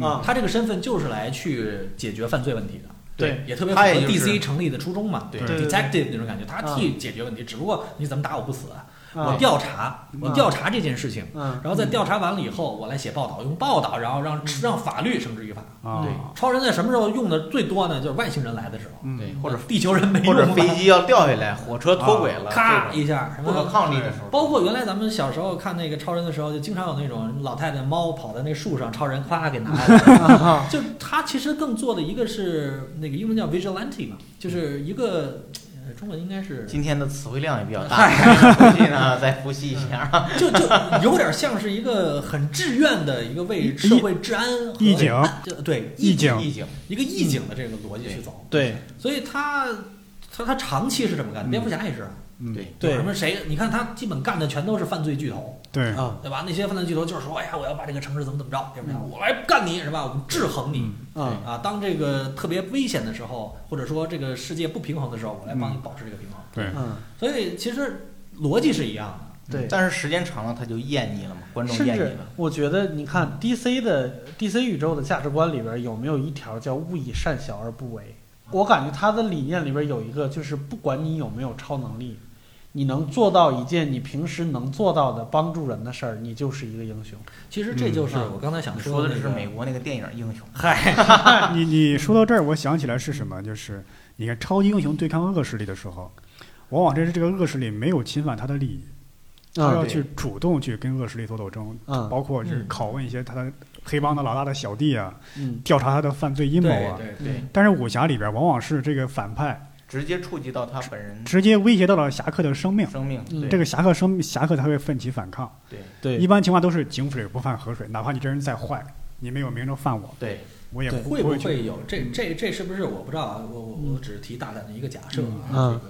Speaker 6: 啊，
Speaker 7: 他这个身份就是来去解决犯罪问题的。
Speaker 6: 对，
Speaker 7: 也特别符合
Speaker 1: 他也就是
Speaker 7: DC 成立的初衷嘛，
Speaker 1: 嗯对啊
Speaker 6: 对对
Speaker 7: detective 那种感觉，他替解决问题，只不过你怎么打我不死，我
Speaker 6: 啊
Speaker 7: 调查，我调查这件事情，
Speaker 6: 嗯
Speaker 7: 然后在调查完了以后，我来写报道，用报道，然
Speaker 1: 嗯
Speaker 7: 后让让法律绳之于法。
Speaker 2: 啊，
Speaker 1: 对
Speaker 7: 超人在什么时候用的最多呢？就是外星人来的时候，
Speaker 2: 嗯
Speaker 1: 对，或者
Speaker 7: 地球 人没
Speaker 1: 或
Speaker 7: 用
Speaker 1: 者
Speaker 7: 嘛
Speaker 1: 飞机要掉下来，火车脱轨了，
Speaker 7: 咔
Speaker 1: 这种
Speaker 7: 一下，什
Speaker 1: 不可
Speaker 7: 么。
Speaker 1: 抗力的时候，
Speaker 7: 包括原来咱们小时候看那个超人的时候，就经常有那种老太太猫跑在那树上，超人咵给拿下来了。
Speaker 6: 啊
Speaker 7: 就他其实更做的一个是那个英文叫 vigilante 嘛，就是一个呃中文应该是
Speaker 1: 今天的词汇量也比较大，回去呢再复习一下。
Speaker 7: 就就有点像是一个很志愿的一个为社会治安和
Speaker 2: 义警，
Speaker 7: 就对
Speaker 2: 意境
Speaker 1: 意境，
Speaker 7: 一个义警的这个逻辑去走，
Speaker 6: 对
Speaker 7: 所以他他他长期是这么干的，
Speaker 2: 嗯
Speaker 7: 蝙蝠侠也是啊，
Speaker 2: 嗯
Speaker 1: 对，
Speaker 6: 对
Speaker 7: 什么谁你看他基本干的全都是犯罪巨头，
Speaker 2: 对
Speaker 6: 啊
Speaker 7: 对吧？那些犯罪巨头就是说，哎呀，我要把这个城市怎么怎么着，蝙蝠侠
Speaker 1: 嗯
Speaker 7: 我来干你是吧？我们制衡你，
Speaker 6: 啊
Speaker 7: 啊，当这个特别危险的时候，或者说这个世界不平衡的时候，我来帮你保持这个平衡。
Speaker 2: 对，
Speaker 6: 嗯，
Speaker 7: 所以其实逻辑是一样的。
Speaker 6: 对。
Speaker 1: 但是时间长了他就厌腻了嘛，观众
Speaker 6: 甚
Speaker 1: 厌腻
Speaker 6: 至
Speaker 1: 了。
Speaker 6: 我觉
Speaker 1: 嗯
Speaker 6: 得，你看 DC 的 DC 宇宙的价值观里边有没有一条叫“勿以善小而不为”？我感觉他的理念里边有一个，就是不管你有没有超能力，你能做到一件你平时能做到的帮助人的事儿，你就是一个英雄。
Speaker 2: 啊
Speaker 7: 其实这就是我刚才想
Speaker 1: 嗯你说
Speaker 7: 的
Speaker 1: 的
Speaker 7: 那
Speaker 1: 是
Speaker 7: 个
Speaker 1: 美国那个电影《英雄》，
Speaker 2: 你你说到这儿，我想起来是什么？就是你看超级英雄对抗恶势力的时候，往往这是这个恶势力没有侵犯他的利益，他
Speaker 6: 嗯
Speaker 2: 要去主动去跟恶势力做斗争，
Speaker 6: 嗯
Speaker 2: 包括是
Speaker 7: 嗯
Speaker 2: 拷问一些他的黑帮的老大的小弟啊，
Speaker 6: 嗯
Speaker 2: 调查他的犯罪阴谋啊。
Speaker 7: 对对
Speaker 6: 对
Speaker 2: 但是武侠里边往往是这个反派
Speaker 1: 直接触及到他本人
Speaker 2: 直接威胁到了侠客的生命。
Speaker 1: 生命。嗯
Speaker 6: 嗯
Speaker 1: 对
Speaker 2: 这个侠客生侠客才会奋起反抗。
Speaker 1: 对
Speaker 2: 一
Speaker 6: 对，
Speaker 2: 般情况都是井水不犯河水，哪怕你这人再坏，你没有明着犯我，
Speaker 1: 对，
Speaker 2: 我也
Speaker 7: 对，
Speaker 2: 不
Speaker 7: 会
Speaker 2: 不
Speaker 7: 不
Speaker 2: 会去。
Speaker 7: 会有这这这是不是我不知道啊？我我我只是提大胆的一个假设啊，
Speaker 6: 嗯
Speaker 7: 这个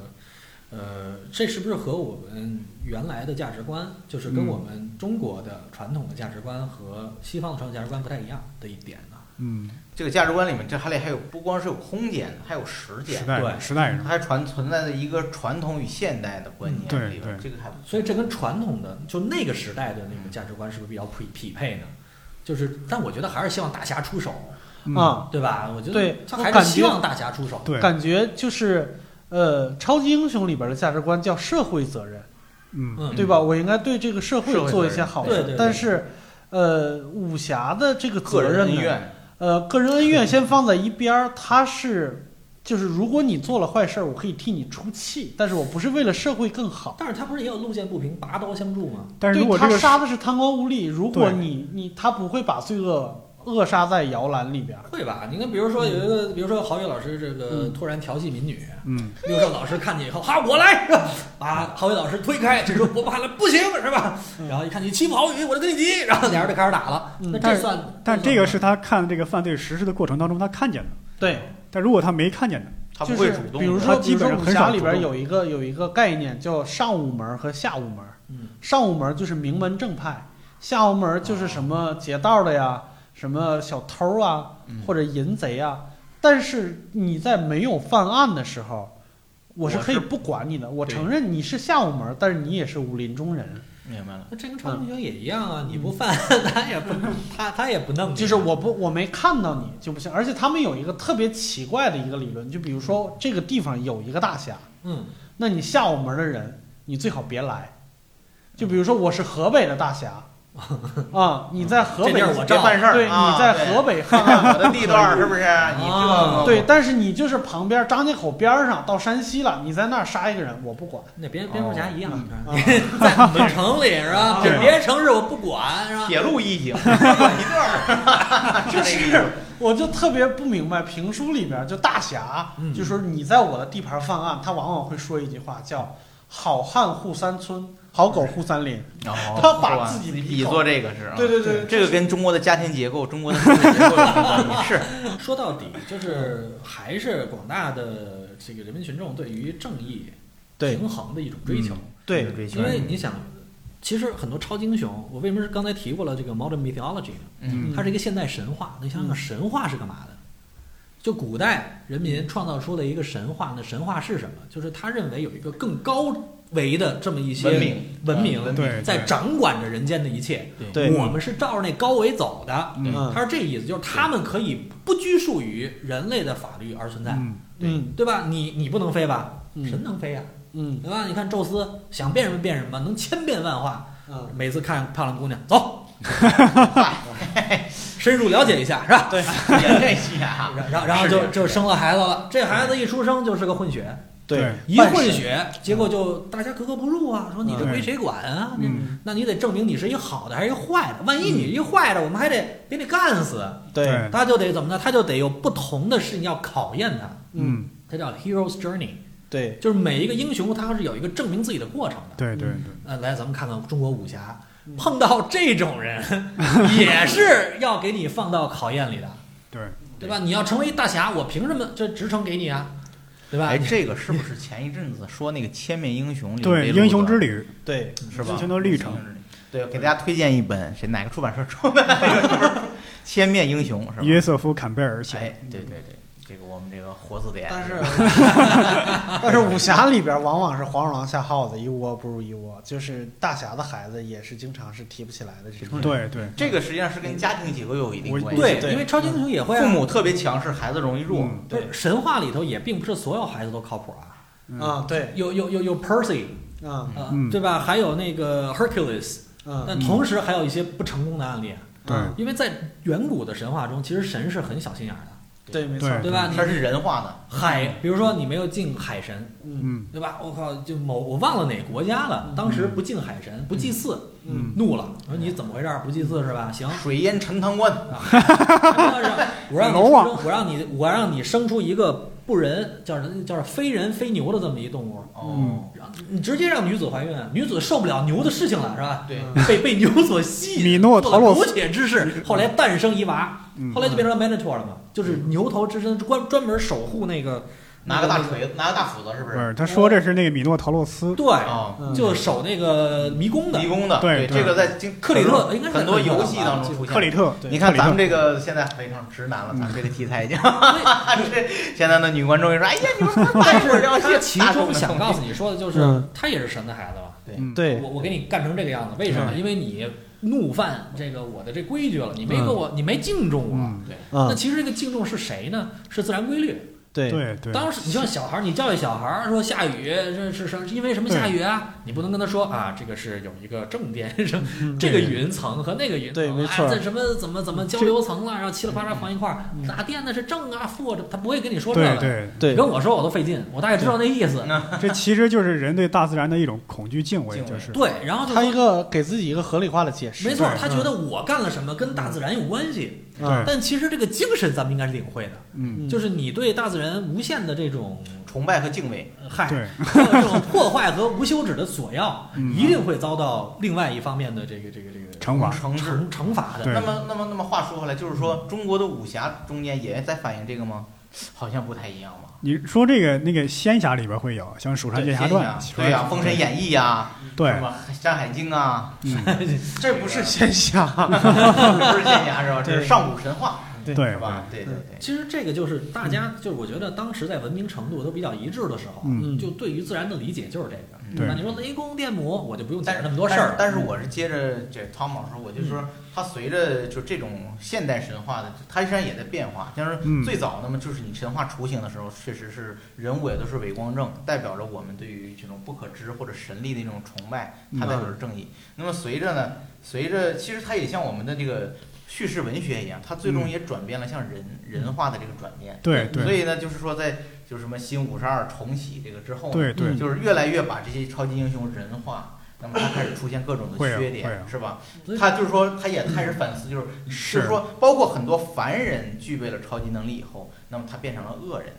Speaker 7: 呃，这是不是和我们原来的价值观，就是
Speaker 2: 嗯
Speaker 7: 跟我们中国的传统的价值观和西方的传统价值观不太一样的一点呢？
Speaker 2: 嗯，
Speaker 1: 这个价值观里面，这还里还有不光是有空间，还有时间
Speaker 2: 时，代人
Speaker 7: 对
Speaker 2: 时代人
Speaker 1: 它，还传存在着一个传统与现代的观念
Speaker 2: 嗯对
Speaker 1: 里边。
Speaker 2: 对
Speaker 1: 这个还
Speaker 7: 所以这跟传统的就那个时代的那个价值观是不是比较匹匹配呢？就是，但我觉得还是希望大侠出手，
Speaker 2: 嗯
Speaker 6: 啊，
Speaker 7: 对吧？我觉得
Speaker 6: 对
Speaker 7: 他
Speaker 6: 我
Speaker 7: 还
Speaker 6: 感
Speaker 7: 是希
Speaker 6: 觉
Speaker 7: 望大侠出手。
Speaker 2: 对，
Speaker 6: 感觉就是呃，超级英雄里边的价值观叫社会责任，
Speaker 2: 嗯
Speaker 7: 嗯，
Speaker 6: 对吧？我应该对这个社
Speaker 1: 社会
Speaker 6: 做一
Speaker 1: 责
Speaker 6: 些
Speaker 1: 任
Speaker 6: 好
Speaker 7: 对对
Speaker 6: 事
Speaker 7: 对，
Speaker 6: 但是。呃，武侠的这个责
Speaker 1: 个人
Speaker 6: 任
Speaker 1: 恩
Speaker 6: 呢，
Speaker 1: 怨，
Speaker 6: 呃，个人恩怨先放在一边儿，他是就是如果你做了坏事儿，我可以替你出气，但是我不是为了社会更好。
Speaker 7: 但是他不是也有路见不平拔刀相助吗？
Speaker 2: 但是
Speaker 6: 对
Speaker 2: 如果这
Speaker 6: 他
Speaker 2: 个
Speaker 6: 杀的是贪官污吏，如果
Speaker 2: 对
Speaker 6: 你你他不会把罪恶扼杀在摇篮里边儿。
Speaker 7: 会吧？你看，比如说有一个，比如说郝宇老师这个
Speaker 6: 嗯
Speaker 7: 突然调戏民女，
Speaker 2: 嗯，
Speaker 7: 六少老师看见以后， 哈，我来，
Speaker 6: 嗯
Speaker 7: 把郝宇老师推开，这时候不怕了，不行是吧？然后一看你欺负郝宇，我就跟你急，然后俩人就开始打了。
Speaker 6: 嗯
Speaker 7: 那这
Speaker 2: 但是
Speaker 7: 算？
Speaker 2: 但这个是
Speaker 7: 算
Speaker 2: 他看这个犯罪实施的过程当中他看见的，
Speaker 6: 对，
Speaker 2: 但如果他没看见的，
Speaker 1: 他
Speaker 6: 就
Speaker 1: 不会主
Speaker 6: 是
Speaker 1: 动的。
Speaker 6: 比如说，
Speaker 2: 他
Speaker 6: 比
Speaker 2: 基
Speaker 6: 如
Speaker 2: 本上
Speaker 6: 说武
Speaker 2: 很少
Speaker 6: 侠里边
Speaker 2: 主动
Speaker 6: 有一个有一个概念叫上午门儿和下午门儿。
Speaker 7: 嗯
Speaker 6: 上午门儿就是名门正派，下午门儿就是什么劫道的呀，什么小偷啊，
Speaker 1: 嗯
Speaker 6: 或者淫贼啊。但是你在没有犯案的时候，我是
Speaker 1: 我
Speaker 6: 可以
Speaker 1: 是
Speaker 6: 不管你的。我
Speaker 1: 对
Speaker 6: 承认你是下午门儿，但是你也是武林中人。
Speaker 1: 明白了，
Speaker 7: 那这跟超级英雄也一样啊，你不犯， 他也不他他也不弄你。
Speaker 6: 嗯就是我不我没看到你就不行。而且他们有一个特别奇怪的一个理论，就比如说这个地方有一个大侠，
Speaker 7: 嗯，
Speaker 6: 那你下午门的人，你最好别来。就比如说我是河北的 大侠，啊，你在河
Speaker 7: 这
Speaker 6: 北
Speaker 7: 地儿我
Speaker 1: 别
Speaker 7: 照
Speaker 1: 犯事
Speaker 6: 对，
Speaker 1: 儿啊！
Speaker 6: 你在河北
Speaker 1: 对
Speaker 6: 汉
Speaker 1: 看看
Speaker 6: 案
Speaker 1: 我的地段是不是？
Speaker 6: 哦
Speaker 1: 你这
Speaker 7: 啊
Speaker 1: 个
Speaker 6: 对，但是你就是旁边张家口边儿上到山西了，你在那儿杀一个人，我不管。
Speaker 7: 那蝙蝙蝠侠一样，
Speaker 6: 嗯哦
Speaker 7: 是吧在我们城里是吧？
Speaker 2: 对
Speaker 7: 别的城市我不管是吧？
Speaker 1: 铁路一 景，一段儿，
Speaker 6: 就
Speaker 1: 那个意思
Speaker 6: 是我就特别不明白评书里边就大侠，
Speaker 7: 嗯
Speaker 6: 就说你在我的地盘犯案，他往往会说一句话叫“好汉护三村，好狗护三林
Speaker 1: 哦
Speaker 6: 他把
Speaker 1: 哇
Speaker 6: 自己
Speaker 1: 你
Speaker 6: 比
Speaker 1: 比
Speaker 6: 口
Speaker 1: 作这个是”。啊？
Speaker 6: 对对对，
Speaker 1: 这个跟中国的家庭结构、中国的社会结构有关 系。是，
Speaker 7: 说到底，就是还是广大的这个人民群众对于正义
Speaker 6: 对
Speaker 7: 平衡的一种追求。
Speaker 6: 对
Speaker 1: 追求
Speaker 7: 因为你想，其实很多超级英雄，我为什么是刚才提过了这个 modern mythology 呢？
Speaker 1: 嗯，
Speaker 7: 它是一个现代神话。你想想，神话是干嘛的？就古代人民创造出了一个神话，那神话是什么？就是他认为有一个更高维的这么一些
Speaker 1: 文明
Speaker 7: 文明
Speaker 1: 嗯文
Speaker 2: 明对
Speaker 7: 在
Speaker 2: 对
Speaker 7: 掌管着人间的一切。
Speaker 2: 嗯
Speaker 6: 对
Speaker 7: 我们是照着那高维走的。
Speaker 1: 嗯
Speaker 6: 嗯
Speaker 7: 他是这意思，就是他们可以不拘束于人类的法律而存在，
Speaker 2: 嗯，
Speaker 6: 嗯
Speaker 7: 对吧？你你不能飞吧？
Speaker 6: 嗯
Speaker 7: 神能飞呀、
Speaker 6: 嗯
Speaker 7: 对吧？你看宙斯想变什么变什么，能千变万化。
Speaker 6: 嗯，
Speaker 7: 每次看漂亮姑娘， 走，深入了解一下，是吧？
Speaker 6: 对
Speaker 1: 也这些 啊，
Speaker 7: 然然然后
Speaker 1: 是
Speaker 7: 就
Speaker 1: 的
Speaker 7: 就生了孩子了，这孩子一出生就是个混血，
Speaker 2: 对
Speaker 7: 一混血，结果就大家格格不入啊，说你这
Speaker 2: 嗯
Speaker 7: 归谁管啊？你
Speaker 2: 嗯
Speaker 7: 那你得证明你是一好的还是一坏的，万一
Speaker 1: 嗯
Speaker 7: 你是一坏的，我们还得给你干死。
Speaker 6: 对，嗯
Speaker 7: 他就得怎么呢？他就得有不同的事情要考验他，
Speaker 6: 嗯
Speaker 2: 嗯，
Speaker 7: 他叫 hero's journey，
Speaker 6: 对，
Speaker 7: 就是每一个英雄他是有一个证明自己的过程的。
Speaker 2: 对对对，
Speaker 6: 嗯
Speaker 7: 呃，来，咱们看看中国武侠，碰到这种人也是要给你放到考验里的，
Speaker 2: 对，
Speaker 7: 对吧？你要成为一大侠，我凭什么这职称给你啊？对吧
Speaker 1: 哎，？这个是不是前一阵子说那个《千面英雄》里
Speaker 2: 对，英雄之旅，
Speaker 6: 对，
Speaker 1: 是吧？
Speaker 2: 英雄的历程，
Speaker 1: 对，给大家推荐一本谁哪个出版社出 的 那个书《千面英雄》是吧？
Speaker 2: 约瑟夫·坎贝
Speaker 7: 嗯
Speaker 2: 尔写
Speaker 1: 哎
Speaker 2: 的，，
Speaker 1: 对对对，这个我们这个活字典，
Speaker 6: 但是但是武侠里边往往是黄鼠狼下耗子，一窝不如一窝，就是大侠的孩子也是经常是提不起来的这种。
Speaker 2: 对对，
Speaker 1: 这个实际上是跟家庭结构有一定
Speaker 2: 我
Speaker 1: 关系。
Speaker 7: 对，
Speaker 6: 对
Speaker 7: 因为超级英雄也会啊
Speaker 1: 父母特别强势，孩子容易弱。
Speaker 2: 嗯
Speaker 7: 对神话里头也并不是所有孩子都靠谱啊，
Speaker 6: 啊，对，
Speaker 7: 有有有有 Percy
Speaker 6: 啊，
Speaker 7: 啊、
Speaker 2: 嗯
Speaker 7: 对吧？还有那个 Hercules。
Speaker 6: 嗯，
Speaker 7: 但同时还有一些不成功的案例，啊
Speaker 2: 对
Speaker 6: 啊
Speaker 7: 因为在远古的神话中，其实神是很小心眼儿的，
Speaker 6: 对，没错，
Speaker 2: 对
Speaker 7: 对吧？你
Speaker 1: 它嗯是人化的，
Speaker 7: 海，比如说你没有敬海神，
Speaker 6: 嗯
Speaker 2: 嗯
Speaker 7: 对吧？我靠，就某我忘了哪国家了，当时不敬海神，不祭祀，
Speaker 6: 嗯，
Speaker 7: 怒了，我说你怎么回事儿？不祭祀是 吧？行，
Speaker 1: 水淹陈塘关，
Speaker 7: 我让你
Speaker 2: 楼啊
Speaker 7: 我让你我让你生出一个。不人，叫人叫非人非牛的这么一动物，嗯
Speaker 1: 哦，
Speaker 7: 你直接让女子怀孕，女子受不了牛的事情了，是吧？
Speaker 1: 对，
Speaker 6: 嗯
Speaker 7: 被被牛所吸引，
Speaker 2: 米诺陶洛
Speaker 7: 苟
Speaker 2: 夫
Speaker 7: 且之事，后来诞生一娃，
Speaker 2: 嗯
Speaker 7: 后来就变成了 Minotaur 了嘛，就是牛头之身，专专门守护那个
Speaker 1: 拿个大锤子，拿个大斧子，是不
Speaker 2: 不
Speaker 1: 是？
Speaker 2: 是，他说这是那个米诺陶洛斯，
Speaker 7: 对，
Speaker 1: 哦，
Speaker 6: 嗯
Speaker 7: 就守那个迷宫的
Speaker 1: 迷宫的，
Speaker 2: 对对
Speaker 1: 这个在经
Speaker 7: 克里特，应该是
Speaker 1: 很多
Speaker 7: 克里特吧
Speaker 1: 游戏当中出现。
Speaker 2: 克里特。
Speaker 1: 你看咱们
Speaker 2: 克里
Speaker 1: 这个现在非常直男了，咱们这个题材已经，
Speaker 7: 对
Speaker 1: 这现在的女观众也说，哎呀，你们 但
Speaker 7: 嗯是
Speaker 1: 要
Speaker 7: 他
Speaker 1: 些
Speaker 7: 其
Speaker 1: 大众
Speaker 7: 中
Speaker 1: 的
Speaker 7: 想
Speaker 1: 东
Speaker 7: 告
Speaker 1: 西
Speaker 7: 诉你说的就是
Speaker 6: 嗯，
Speaker 7: 他也是神的孩子嘛。
Speaker 6: 对
Speaker 2: 嗯
Speaker 6: 嗯
Speaker 7: 我，我给你干成这个样子，为什么？因为你怒犯这个我的这规矩了，你没跟我，你没敬重我。
Speaker 2: 嗯
Speaker 7: 对，那
Speaker 6: 嗯，
Speaker 7: 其实这个敬重是谁呢？是自然规律。
Speaker 6: 对，
Speaker 2: 对对，
Speaker 7: 当时你像小孩儿，你教育小孩儿说下雨，这是什因为什么下雨啊？你不能跟他说啊，这个是有一个正 电，什么
Speaker 6: 嗯
Speaker 7: 这个云层和那个云层，
Speaker 6: 对没
Speaker 7: 啊
Speaker 6: 错嗯
Speaker 7: 这什么怎么怎么交流层啊了，然后七里八叉放一块儿，哪电的是正啊负啊，这他不会跟你说这
Speaker 2: 对
Speaker 7: 个。
Speaker 2: 对，
Speaker 6: 对嗯
Speaker 7: 你跟我说我都费劲，我大概知道那意思。
Speaker 2: 这其实就是人对大自然的一种恐惧敬畏，
Speaker 1: 敬畏
Speaker 2: 就是
Speaker 7: 对，然后就
Speaker 6: 他
Speaker 7: 说
Speaker 6: 一个给自己一个合理化的解释，
Speaker 7: 没错，
Speaker 2: 对
Speaker 7: 他觉得我干了什么跟大自然有关系，
Speaker 6: 嗯
Speaker 7: 但其实这个精神咱们应该是领会的，
Speaker 2: 嗯，
Speaker 6: 嗯
Speaker 7: 就是你对大自然无限的这种
Speaker 1: 崇拜和敬畏，
Speaker 7: 呃嗨，
Speaker 2: 对，
Speaker 7: 还有这种破坏和无休止的索要，
Speaker 2: 嗯
Speaker 7: 一定会遭到另外一方面的这个这个这个
Speaker 2: 惩罚，
Speaker 1: 惩治。
Speaker 7: 惩惩罚的。
Speaker 2: 对
Speaker 1: 那么，那么，那么话说回来，就是说中国的武侠中间也在反映这个吗？好像不太一样吧。
Speaker 2: 你说这个那个仙侠里边会有，像《蜀山剑侠
Speaker 1: 对
Speaker 2: 传
Speaker 1: 呀》，对呀，《封神演义》呀，
Speaker 2: 对
Speaker 1: 什，么《山海经》 啊，
Speaker 2: 嗯，
Speaker 1: 这不 是
Speaker 6: 仙侠，
Speaker 1: 不是仙啊侠是吧？这是上古神话
Speaker 6: 对
Speaker 2: 对
Speaker 1: 是吧？对对对，
Speaker 7: 其实这个就是大家，就是我觉得当时在文明程度都比较一致的时候，
Speaker 2: 嗯
Speaker 7: 就对于自然的理解就是这个。
Speaker 2: 对
Speaker 7: 那你说雷公电母，我就不用解
Speaker 1: 但
Speaker 7: 释
Speaker 1: 是
Speaker 7: 那么多事儿了。嗯
Speaker 1: 但是但是我是接着这汤姆老师，我就说，它随着就这种现代神话的，它实际上也在变化。像
Speaker 2: 嗯
Speaker 1: 是最早那么就是你神话雏形的时候，确实是人物也都是伪光正，代表着我们对于这种不可知或者神力的一种崇拜，
Speaker 2: 嗯
Speaker 1: 它代表着正义。那么随着呢，随着其实它也像我们的这个叙事文学一样，它最终也转变了像人人化的这个转变。
Speaker 2: 嗯对
Speaker 1: 所
Speaker 2: 对
Speaker 1: 以呢，就是说在就是什么新五十二重启这个之后呢，
Speaker 2: 对对，
Speaker 1: 就是越来越把这些超级英雄人化，那么他开始出现各种的
Speaker 2: 会啊
Speaker 1: 缺
Speaker 2: 会啊
Speaker 1: 点，是吧
Speaker 7: 所以？
Speaker 1: 他就是说，他也开始反思，就是就是是说，包括很多凡人具备了超级能力以后，那么他变成了恶人。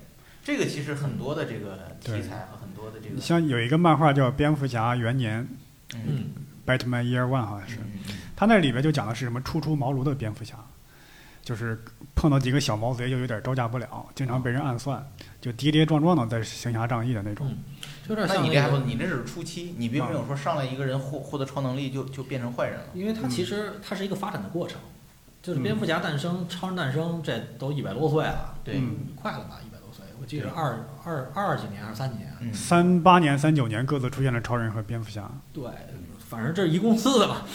Speaker 1: 这个其实很多的这个
Speaker 2: 对
Speaker 1: 题材和很多的这个，
Speaker 2: 像有一个漫画叫《蝙蝠侠元年
Speaker 1: 嗯，
Speaker 7: 嗯，》
Speaker 2: （Batman Year One） 好像是，他那里边就讲的是什么初出茅庐的蝙蝠侠，就是碰到几个小毛贼就有点招架不了，经常被人暗算，就跌跌撞撞的在行侠仗义的那种。
Speaker 7: 就有点
Speaker 1: 那
Speaker 7: 像
Speaker 1: 你这
Speaker 7: 个
Speaker 1: 还不，你这只是初期，你并没有说上来一个人获获得超能力就就变成坏人了。
Speaker 7: 因为它其实它是一个发展的过程，就是蝙蝠侠诞生、超人诞生，这都一百多岁了，
Speaker 1: 对，
Speaker 2: 嗯
Speaker 7: 快了吧？一百多岁，我记得
Speaker 1: 对
Speaker 7: 二二二几年，二三几年，
Speaker 1: 嗯，
Speaker 2: 三八年、三九年各自出现了超人和蝙蝠侠。
Speaker 7: 对，反正这是一公司的吧。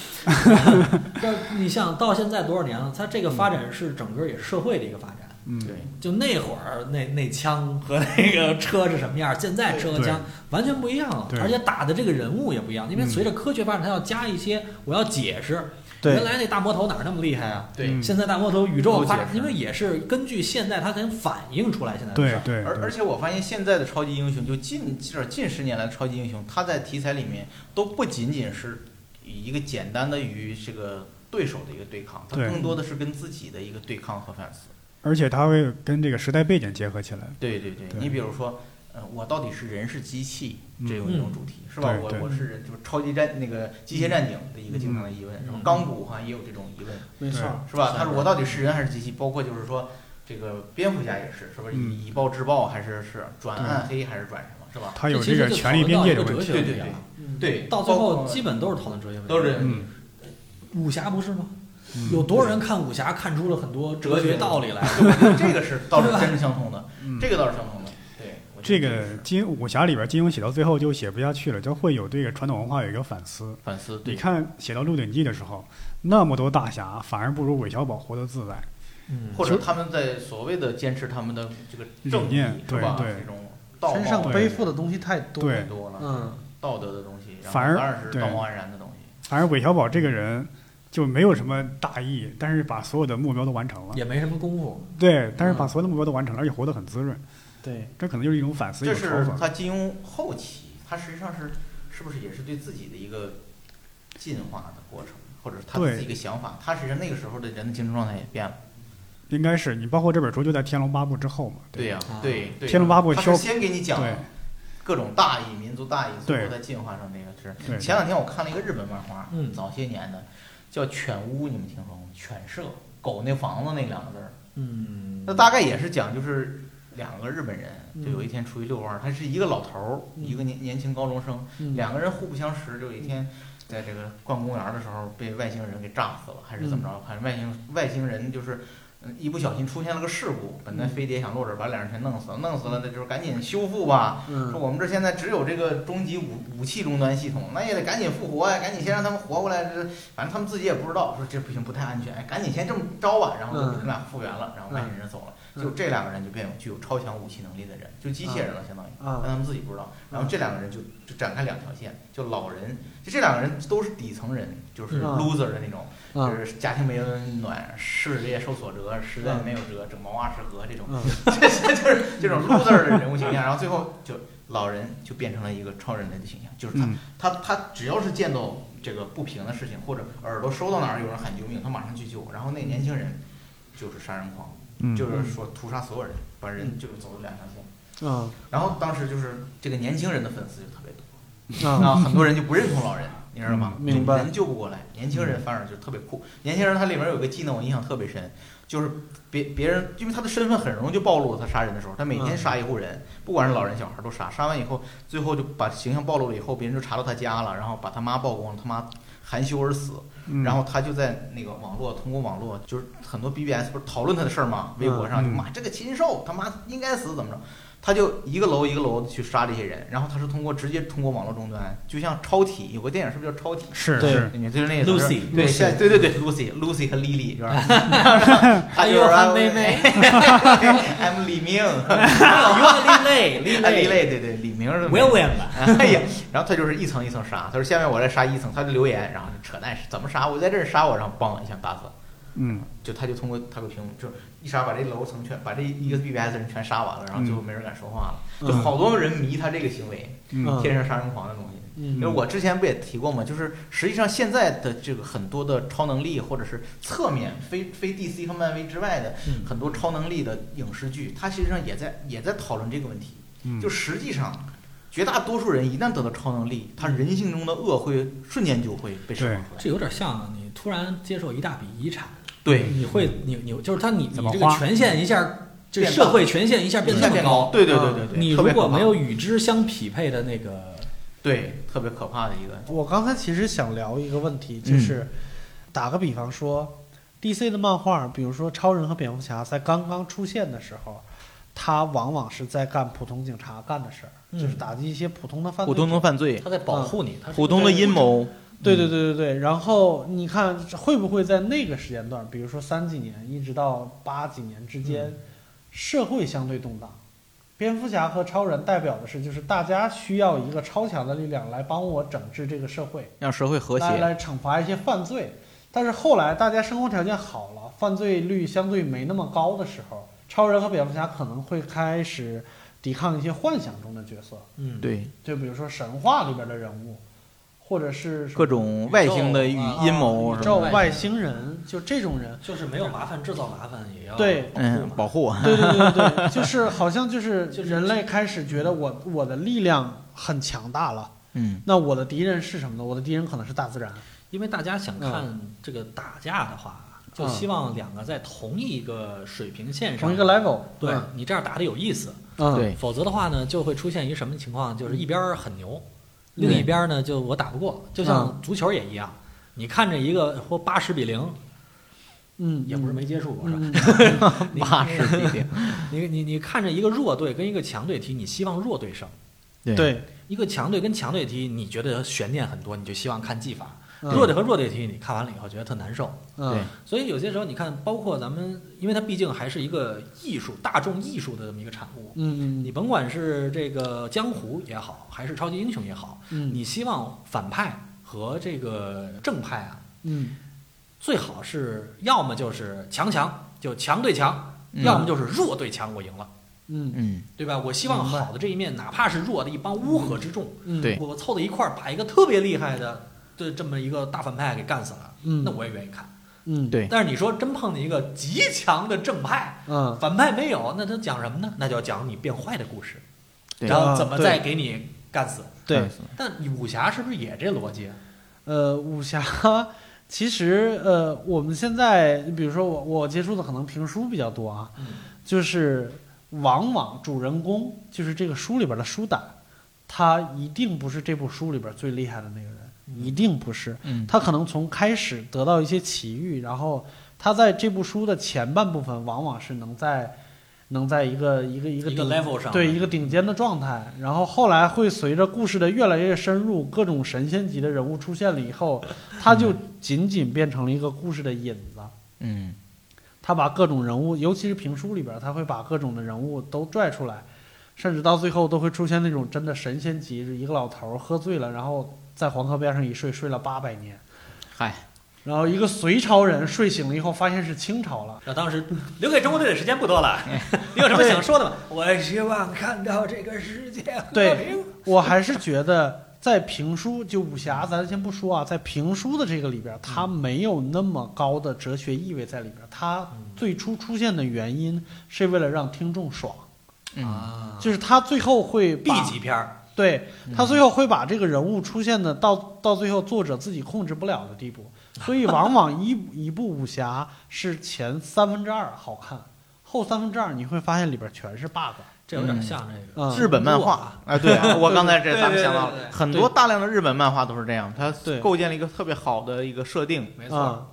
Speaker 7: 这你想到现在多少年了？它这个发展是整个也是社会的一个发展。
Speaker 2: 嗯，
Speaker 1: 对，
Speaker 7: 就那会儿那那枪和那个车是什么样，现在车和枪完全不一样了
Speaker 2: 对，
Speaker 7: 而且打的这个人物也不一样，因为
Speaker 2: 嗯
Speaker 7: 随着科学发展，它要加一些我要解释，
Speaker 6: 对
Speaker 7: 原来那大魔头哪儿那么厉害啊？
Speaker 1: 对
Speaker 2: 嗯
Speaker 7: 现在大魔头宇宙
Speaker 1: 都解
Speaker 7: 发
Speaker 1: 释，
Speaker 7: 因为也是根据现在它能反映出来现在的事
Speaker 2: 对
Speaker 7: 儿。
Speaker 2: 对，
Speaker 1: 而而且我发现现在的超级英雄，就近至少近十年来的超级英雄，他在题材里面都不仅仅是以一个简单的与这个对手的一个对抗，他
Speaker 2: 对
Speaker 1: 更多的是跟自己的一个对抗和反思。
Speaker 2: 而且它会跟这个时代背景结合起来。
Speaker 1: 对对对，
Speaker 2: 对
Speaker 1: 你比如说，呃，我到底是人是机器
Speaker 2: 嗯
Speaker 1: 这种一种主题，是吧？
Speaker 2: 对
Speaker 1: 我
Speaker 2: 对
Speaker 1: 我是人，就是超级战那个机械战警的一个经常的疑问，然后
Speaker 7: 嗯
Speaker 1: 钢骨好像也有这种疑问，
Speaker 2: 嗯
Speaker 6: 没错，
Speaker 1: 是吧？他说我到底是人还是机器？包括就是说。这个蝙蝠侠也是，是不是
Speaker 2: 嗯
Speaker 1: 以以暴制暴，还是是转暗黑，还是转什么，是吧？
Speaker 2: 它有
Speaker 7: 其
Speaker 2: 这
Speaker 7: 实
Speaker 2: 个
Speaker 7: 就
Speaker 2: 权力边界的
Speaker 7: 讨论
Speaker 2: 问题。
Speaker 7: 到一个哲学问题
Speaker 1: 对对
Speaker 7: 啊
Speaker 1: 对
Speaker 6: 嗯
Speaker 1: 对，
Speaker 7: 到最
Speaker 1: 包
Speaker 7: 后
Speaker 1: 括
Speaker 7: 基本都是讨论哲学问题，
Speaker 1: 都是
Speaker 2: 嗯，
Speaker 7: 武侠不是吗？
Speaker 2: 嗯
Speaker 7: 有多少人看武侠看出了很多哲学道理来？
Speaker 1: 我觉得这个是倒是真是相通的，
Speaker 2: 嗯
Speaker 1: 这个倒是相通的。对，我觉
Speaker 2: 这
Speaker 1: 得
Speaker 2: 个
Speaker 1: 是
Speaker 2: 金武侠里边，金庸写到最后就写不下去了，就会有对这个传统文化有一个反思。
Speaker 1: 反思，对，
Speaker 2: 你看写到《鹿鼎记》的时候，那么多大侠，反而不如韦小宝活得自在。
Speaker 7: 嗯
Speaker 1: 或者他们在所谓的坚持他们的这个正
Speaker 2: 理
Speaker 1: 义
Speaker 2: 念
Speaker 1: 是吧？
Speaker 2: 对对
Speaker 1: 这种道
Speaker 6: 身
Speaker 1: 貌啊
Speaker 6: 上背负的东西太多，
Speaker 2: 对
Speaker 1: 太多了，
Speaker 6: 嗯，
Speaker 1: 道德的东西，然后
Speaker 2: 反而
Speaker 1: 当然是
Speaker 2: 对
Speaker 1: 道貌岸然的东西。
Speaker 2: 反而韦小宝这个人就没有什么大义，但是把所有的目标都完成了。
Speaker 7: 也没什么功夫。
Speaker 2: 对，但是
Speaker 1: 嗯
Speaker 2: 把所有的目标都完成了，而且活得很滋润。
Speaker 6: 对，
Speaker 2: 这可能就是一种反思，一
Speaker 1: 这
Speaker 2: 种
Speaker 1: 是
Speaker 2: 嘲讽。
Speaker 1: 他金庸后期，他实际上是是不是也是对自己的一个进化的过程，或者是他
Speaker 2: 对
Speaker 1: 自己一个想法？他实际上那个时候的人的精神状态也变了。
Speaker 2: 应该是你包括这本书就在《天龙八部》之后嘛，
Speaker 1: 对呀、
Speaker 7: 啊
Speaker 1: 对对，
Speaker 2: 天龙八部
Speaker 1: 他
Speaker 2: 挑
Speaker 1: 是先给你讲
Speaker 2: 对
Speaker 1: 各种大义、民族大义，最后
Speaker 2: 对
Speaker 1: 再进化成这个是。
Speaker 2: 对
Speaker 1: 前两天我看了一个日本漫画，
Speaker 7: 嗯
Speaker 1: 早些年的，叫《犬屋》，你们听说过吗？犬舍，狗那房子那两个字儿，
Speaker 7: 嗯，
Speaker 1: 那大概也是讲就是两个日本人，就有一天出去遛弯儿，他是一个老头儿，
Speaker 7: 嗯
Speaker 1: 一个年年轻高中生，
Speaker 6: 嗯
Speaker 1: 两个人互不相识，就有一天。在这个逛公园儿的时候，被外星人给炸死了，还是怎么
Speaker 6: 嗯
Speaker 1: 着？反正外星外星人就是，嗯一不小心出现了个事故，本
Speaker 6: 嗯
Speaker 1: 来飞碟想落这儿，把两人全弄死了，弄死了那就是赶紧修复吧，说
Speaker 6: 嗯
Speaker 1: 我们这现在只有这个终极武武器终端系统，那也得赶紧复活呀，赶紧先让他们活过来。这反正他们自己也不知道，说这不行，不太安全，哎赶紧先这么着吧。然后就
Speaker 6: 嗯
Speaker 1: 他们俩复原了，然后外星人走了，
Speaker 6: 嗯
Speaker 1: 就这两个人就变为具有超强武器能力的人，就机械人了，相当于，但
Speaker 6: 啊
Speaker 1: 他们自己不知道。然后这两个人就就展开两条线，就老人，就这两个人都是底层人，就是
Speaker 6: 嗯
Speaker 1: loser 的那种，
Speaker 6: 啊
Speaker 1: 就是家庭没温暖，事业受所折，实
Speaker 2: 啊
Speaker 1: 在没有辙，整毛蛙失和这种。
Speaker 6: 嗯
Speaker 1: 就是这种 loser 的人物形象，然后最后就老人就变成了一个超人类的形象，就是他、
Speaker 2: 嗯，
Speaker 1: 他他只要是见到这个不平的事情，或者耳朵收到哪儿有人喊救命，他马上去救。然后那年轻人就是杀人狂，
Speaker 2: 嗯
Speaker 1: 就是说屠杀所有人，把人就是走了两条线。
Speaker 6: 啊
Speaker 1: 然后当时就是这个年轻人的粉丝就特别多，
Speaker 6: 啊嗯
Speaker 1: 那很多人就不认同 老人，你知道吗？
Speaker 6: 明白嗯
Speaker 1: 人救不过来，年轻人反而就特别酷。年轻人他里面有一个技能我印象特别深，就是别别人，因为他的身份很容易就暴露了。他杀人的时候，他每天
Speaker 6: 嗯
Speaker 1: 杀一户人，不管是老人小孩都杀。杀完以后，最后就把形象暴露了以后，别人就查到他家了，然后把他妈曝光了，他妈含羞而死。
Speaker 2: 嗯
Speaker 1: 然后他就在那个网络，通过网络，就是很多 BBS 不是讨论他的事儿吗？微博上就
Speaker 2: 嗯
Speaker 1: 骂这个禽兽他妈应该死怎么着？他就一个楼一个楼的去杀这些人，然后他是通过直接通过网络终端，就像超体有个电影是不是叫超体？
Speaker 2: 是
Speaker 6: 对
Speaker 2: 是，
Speaker 1: 你就是那个
Speaker 7: Lucy，
Speaker 1: 对
Speaker 7: Lucy
Speaker 1: 现在对对对，Lucy Lucy 和 Lily 是吧？
Speaker 7: 还
Speaker 1: 还
Speaker 7: 有韩梅梅，
Speaker 1: ，I'm 李明，
Speaker 7: 有李磊，李
Speaker 1: 哎 李
Speaker 7: 磊，
Speaker 1: 磊对对李明是
Speaker 7: William 吧，
Speaker 1: 哎呀，然后他就是一层一层杀，他说下面我来杀一层，他就留言，然后就扯淡，怎么杀？我在这儿杀我，然后梆一下打死。
Speaker 2: 嗯
Speaker 1: 就他就通过他个屏幕，就是一杀把这楼层全把这一个 BBS 人全杀完了，然后最后没人敢说话了，就
Speaker 6: 嗯
Speaker 1: 好多人迷他这个行为，
Speaker 2: 嗯
Speaker 6: 嗯
Speaker 1: 天生杀人狂的东西。因为
Speaker 6: 嗯
Speaker 1: 我之前不也提过嘛，就是实际上现在的这个很多的超能力，或者是侧面非非 DC 和漫威之外的
Speaker 7: 嗯
Speaker 1: 很多超能力的影视剧，它实际上也在也在讨论这个问题。
Speaker 2: 嗯，
Speaker 1: 就实际上，绝大多数人一旦得到超能力，他人性中的恶会瞬间就会被释放出来。
Speaker 7: 这有点像你突然接受一大笔遗产，
Speaker 1: 对，
Speaker 7: 你会你你就是他你
Speaker 2: 怎
Speaker 7: 你
Speaker 2: 么
Speaker 7: 这个
Speaker 2: 花
Speaker 7: 权限一下，这
Speaker 1: 变大
Speaker 7: 社会权限一下变得
Speaker 1: 一下变
Speaker 7: 那么高，
Speaker 1: 对对对对对，
Speaker 7: 你
Speaker 1: 特
Speaker 7: 如
Speaker 1: 别
Speaker 7: 果
Speaker 1: 可怕
Speaker 7: 没有与之相匹配的那个，
Speaker 1: 对特别可怕的一个
Speaker 6: 我刚才其实想聊一个问题，就是、打个比方说，DC 的漫画，比如说超人和蝙蝠侠，在刚刚出现的时候，他往往是在干普通警察干的事儿，
Speaker 7: 嗯
Speaker 6: 就是打击一些普通的犯罪
Speaker 1: 普通的犯罪、
Speaker 7: 他在保护你，他是
Speaker 1: 普通的阴谋，
Speaker 6: 对对对对对，然后你看会不会在那个时间段，比如说三几年一直到八几年之
Speaker 1: 嗯
Speaker 6: 间，社会相对动荡，蝙蝠侠和超人代表的是就是大家需要一个超强的力量来帮我整治这个社会，
Speaker 1: 让社会和
Speaker 6: 来。来惩罚一些犯罪。但是后来大家生活条件好了，犯罪率相对没那么高的时候，超人和蝙蝠侠可能会开始抵抗一些幻想中的角色，
Speaker 7: 嗯，
Speaker 1: 对
Speaker 6: 就比如说神话里边的人物，或者是什么
Speaker 1: 各种外星的语
Speaker 6: 啊
Speaker 1: 阴谋
Speaker 6: 宇
Speaker 1: 什
Speaker 6: 宙
Speaker 1: 么
Speaker 7: 吧
Speaker 6: 外星人，就这种人，
Speaker 7: 就是没有麻烦制造麻烦也要
Speaker 6: 对
Speaker 1: 的，
Speaker 7: 啊
Speaker 1: 嗯，保护
Speaker 6: 对对对对对，就是好像就是
Speaker 7: 就是
Speaker 6: 人类开始觉得我我的力量很强大了，
Speaker 1: 嗯，
Speaker 6: 那我的敌人是什么呢？我的敌人可能是大自然，
Speaker 7: 因为大家想看这个打架的话，就希望两个在同一嗯个水平线上，
Speaker 6: 同一个 level，
Speaker 7: 对
Speaker 6: 嗯
Speaker 7: 你这样打的有意思，
Speaker 6: 嗯，
Speaker 1: 对
Speaker 7: 否则的话呢，就会出现一什么情况，就是一边儿很牛，另一边儿呢就我打不过，就像足球也一样，你看着一个或八十比零，
Speaker 6: 嗯，
Speaker 7: 也不是没接触过，是吧？
Speaker 6: 嗯，
Speaker 7: 你
Speaker 1: 八十比零，
Speaker 7: 你你你看着一个弱队跟一个强队踢，你希望弱队胜；
Speaker 1: 对
Speaker 6: 嗯对，
Speaker 7: 一个强队跟强队踢，你觉得悬念很多，你就希望看技法；
Speaker 6: 嗯
Speaker 7: 弱队和弱队踢，你看完了以后觉得特难受。
Speaker 6: 嗯
Speaker 7: 所以有些时候你看，包括咱们，因为它毕竟还是一个艺术、大众艺术的这么一个产物。
Speaker 6: 嗯
Speaker 7: 你甭管是这个江湖也好，还是超级英雄也好，
Speaker 6: 嗯
Speaker 7: 你希望反派和这个正派啊，
Speaker 6: 嗯
Speaker 7: 最好是要么就是强强，就强对强，
Speaker 1: 嗯
Speaker 7: 要么就是弱对强，我赢了，
Speaker 6: 嗯
Speaker 1: 嗯，
Speaker 7: 对吧？我希望好的这一面，哪怕是弱的一帮乌合之众，
Speaker 6: 嗯，
Speaker 1: 对
Speaker 7: 我凑到一块儿把一个特别厉害的，对这么一个大反派给干死了，
Speaker 6: 嗯
Speaker 7: 那我也愿意看。
Speaker 6: 嗯，
Speaker 1: 对
Speaker 7: 但是你说真碰见一个极强的正派，
Speaker 6: 嗯，
Speaker 7: 反派没有，那他讲什么呢？那就要讲你变坏的故事，
Speaker 1: 对
Speaker 7: 然后怎么
Speaker 6: 啊对
Speaker 7: 再给你干死。
Speaker 6: 对，
Speaker 7: 但你武侠是不是也这逻辑？啊
Speaker 6: 呃，武侠其实呃，我们现在比如说我我接触的可能评书比较多啊，
Speaker 7: 嗯
Speaker 6: 就是往往主人公就是这个书里边的书胆，他一定不是这部书里边最厉害的那个人，一定不是。
Speaker 1: 嗯，
Speaker 6: 他可能从开始得到一些奇遇，然后他在这部书的前半部分往往是能在能在一个一个一
Speaker 7: 一
Speaker 6: 个
Speaker 7: 个
Speaker 6: 顶
Speaker 7: level 上
Speaker 6: 对一个顶尖的状态，然后后来会随着故事的越来越深入，各种神仙级的人物出现了以后，他就仅仅变成了一个故事的引子。
Speaker 1: 嗯，
Speaker 6: 他把各种人物，尤其是评书里边儿，他会把各种的人物都拽出来，甚至到最后都会出现那种真的神仙级，一个老头儿喝醉了，然后在黄河边上一睡，睡了八百年。
Speaker 1: 嗨，
Speaker 6: 然后一个隋朝人睡醒了以后，发现是清朝了。
Speaker 7: 那当时留给中国队的时间不多 了，你有什么想说的吗？
Speaker 8: 我希望看到这个世界和
Speaker 6: 对
Speaker 8: 平。
Speaker 6: 我还是觉得在评书就武侠，咱先不说啊，在评书的这个里边儿，它没有那么高的哲学意味在里边儿。它最初出现的原因是为了让听众爽，
Speaker 1: 嗯，
Speaker 7: 啊
Speaker 6: 就是它最后会
Speaker 7: B
Speaker 6: 把
Speaker 7: 级片儿，
Speaker 6: 对他最后会把这个人物出现的到到最后作者自己控制不了的地步，所以往往一一部武侠是前三分之二好看，后三分之二你会发现里边全是 bug。
Speaker 7: 这有点像这个
Speaker 6: 嗯，
Speaker 1: 日本漫画，哎，对啊，我刚才这
Speaker 7: 对
Speaker 1: 咱们
Speaker 7: 对
Speaker 1: 想
Speaker 7: 对
Speaker 1: 到
Speaker 7: 对
Speaker 1: 了
Speaker 7: 对
Speaker 1: 很多大量的日本漫画都是这样，它
Speaker 6: 对
Speaker 1: 构建了一个特别好的一个设定，
Speaker 7: 没错。
Speaker 6: 啊，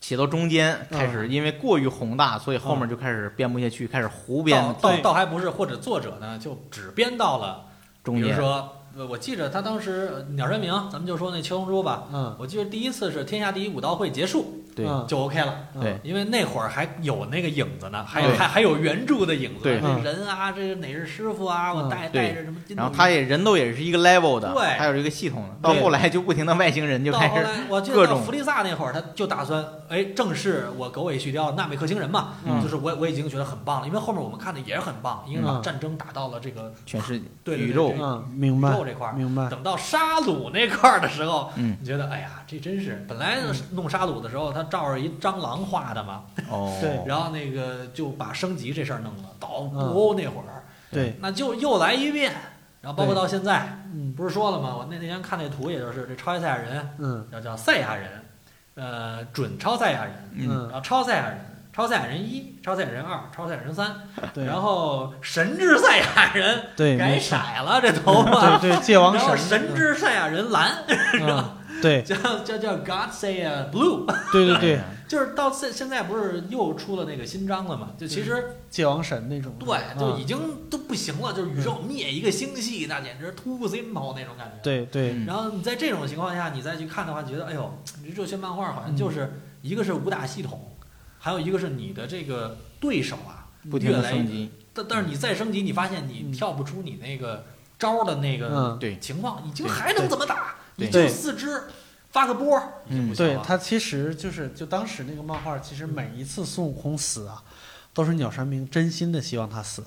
Speaker 1: 写到中间开
Speaker 6: 嗯
Speaker 1: 始因为过于宏大，所以后面就开始编不下去，开始胡编
Speaker 7: 倒倒倒还不是，或者作者呢就只编到了，
Speaker 1: 中
Speaker 7: 比如
Speaker 1: 间。
Speaker 7: 说，呃我记着他当时呃鸟山明，咱们就说那七龙珠吧，
Speaker 6: 嗯，
Speaker 7: 我记得第一次是天下第一武道会结束
Speaker 1: 对
Speaker 6: 嗯
Speaker 7: 就 OK 了，
Speaker 6: 嗯
Speaker 1: 对
Speaker 7: 因为那会儿还有那个影子呢，还有
Speaker 1: 对
Speaker 7: 还还有原著的影子，
Speaker 1: 对
Speaker 7: 这人啊，这是哪是师傅啊，我
Speaker 6: 嗯
Speaker 7: 带
Speaker 1: 对
Speaker 7: 带着什么金童玉女，
Speaker 1: 然后他也人都也是一个 level 的，
Speaker 7: 对
Speaker 1: 还有一个系统的。到后来就不停的外星人就
Speaker 7: 到
Speaker 1: 开
Speaker 7: 后
Speaker 1: 始，
Speaker 7: 来，我记
Speaker 1: 各
Speaker 7: 得到
Speaker 1: 种
Speaker 7: 弗利萨那会儿，他就打算，哎，正式我狗尾续貂纳美克星人嘛，
Speaker 1: 嗯
Speaker 7: 就是我我已经觉得很棒了，因为后面我们看的也是很棒，因为把
Speaker 6: 嗯
Speaker 7: 战争打到了这个
Speaker 1: 全 是
Speaker 7: 对对对
Speaker 1: 宇宙
Speaker 7: 对
Speaker 6: 嗯，明
Speaker 7: 宇
Speaker 6: 白
Speaker 7: 宙，这块儿。
Speaker 6: 明白，
Speaker 7: 等到沙鲁那块儿的时候，
Speaker 1: 嗯
Speaker 7: 你觉得哎呀，这真是本来弄沙鲁的时候，他照着一蟑螂画的嘛，
Speaker 1: 哦，
Speaker 6: 对
Speaker 7: 然后那个就把升级这事儿弄了，到
Speaker 6: 嗯
Speaker 7: 布欧那会儿，
Speaker 6: 对，
Speaker 7: 那就又来一遍，然后包括
Speaker 6: 对
Speaker 7: 到现在，
Speaker 6: 嗯
Speaker 7: 不是说了吗？我那那天看那图，也就是这超级赛亚人，
Speaker 6: 嗯
Speaker 7: 要叫赛亚人，呃，准超赛亚人，
Speaker 1: 嗯，
Speaker 7: 然
Speaker 6: 嗯，
Speaker 7: 后超赛亚人，超赛亚人一，超赛亚人二，超赛亚人三，
Speaker 6: 对，
Speaker 7: 然后神之赛亚人
Speaker 6: 对，
Speaker 7: 改
Speaker 6: 没错
Speaker 7: 色，了这头
Speaker 6: 对
Speaker 7: 发，
Speaker 6: 对，界王
Speaker 7: 然后
Speaker 6: 神
Speaker 7: 神，之赛亚人蓝，
Speaker 6: 嗯，对
Speaker 7: 叫叫叫 God Say Blue，
Speaker 6: 对对
Speaker 1: 哎
Speaker 6: 对，
Speaker 7: 就是到现现在不是又出了那个新章了嘛？就其实
Speaker 6: 界王神那种，
Speaker 7: 对，就
Speaker 6: 嗯
Speaker 7: 已经都不行了，就是宇宙灭一个星系，那简直 too simple 那种感觉。
Speaker 6: 对对，
Speaker 1: 嗯
Speaker 7: 然后你在这种情况下，你再去看的话，觉得哎呦，这些漫画好像就是
Speaker 6: 嗯
Speaker 7: 一个是武打系统，还有一个是你的这个对手啊，
Speaker 1: 不停
Speaker 7: 越
Speaker 1: 的
Speaker 7: 来
Speaker 1: 升
Speaker 7: 越。
Speaker 1: 级，
Speaker 7: 但但是你再升级，你发现你
Speaker 6: 嗯
Speaker 7: 跳不出你那个招儿的那个
Speaker 6: 嗯，
Speaker 1: 对
Speaker 7: 情况，你就
Speaker 1: 对
Speaker 7: 还能怎么打？
Speaker 1: 对
Speaker 7: 你就
Speaker 6: 对
Speaker 7: 四肢发个波儿，你就不
Speaker 1: 嗯
Speaker 7: 行
Speaker 6: 对
Speaker 7: 了。
Speaker 6: 他其实就是就当时那个漫画，其实每一次孙悟空死啊，都是鸟山明真心的希望他死，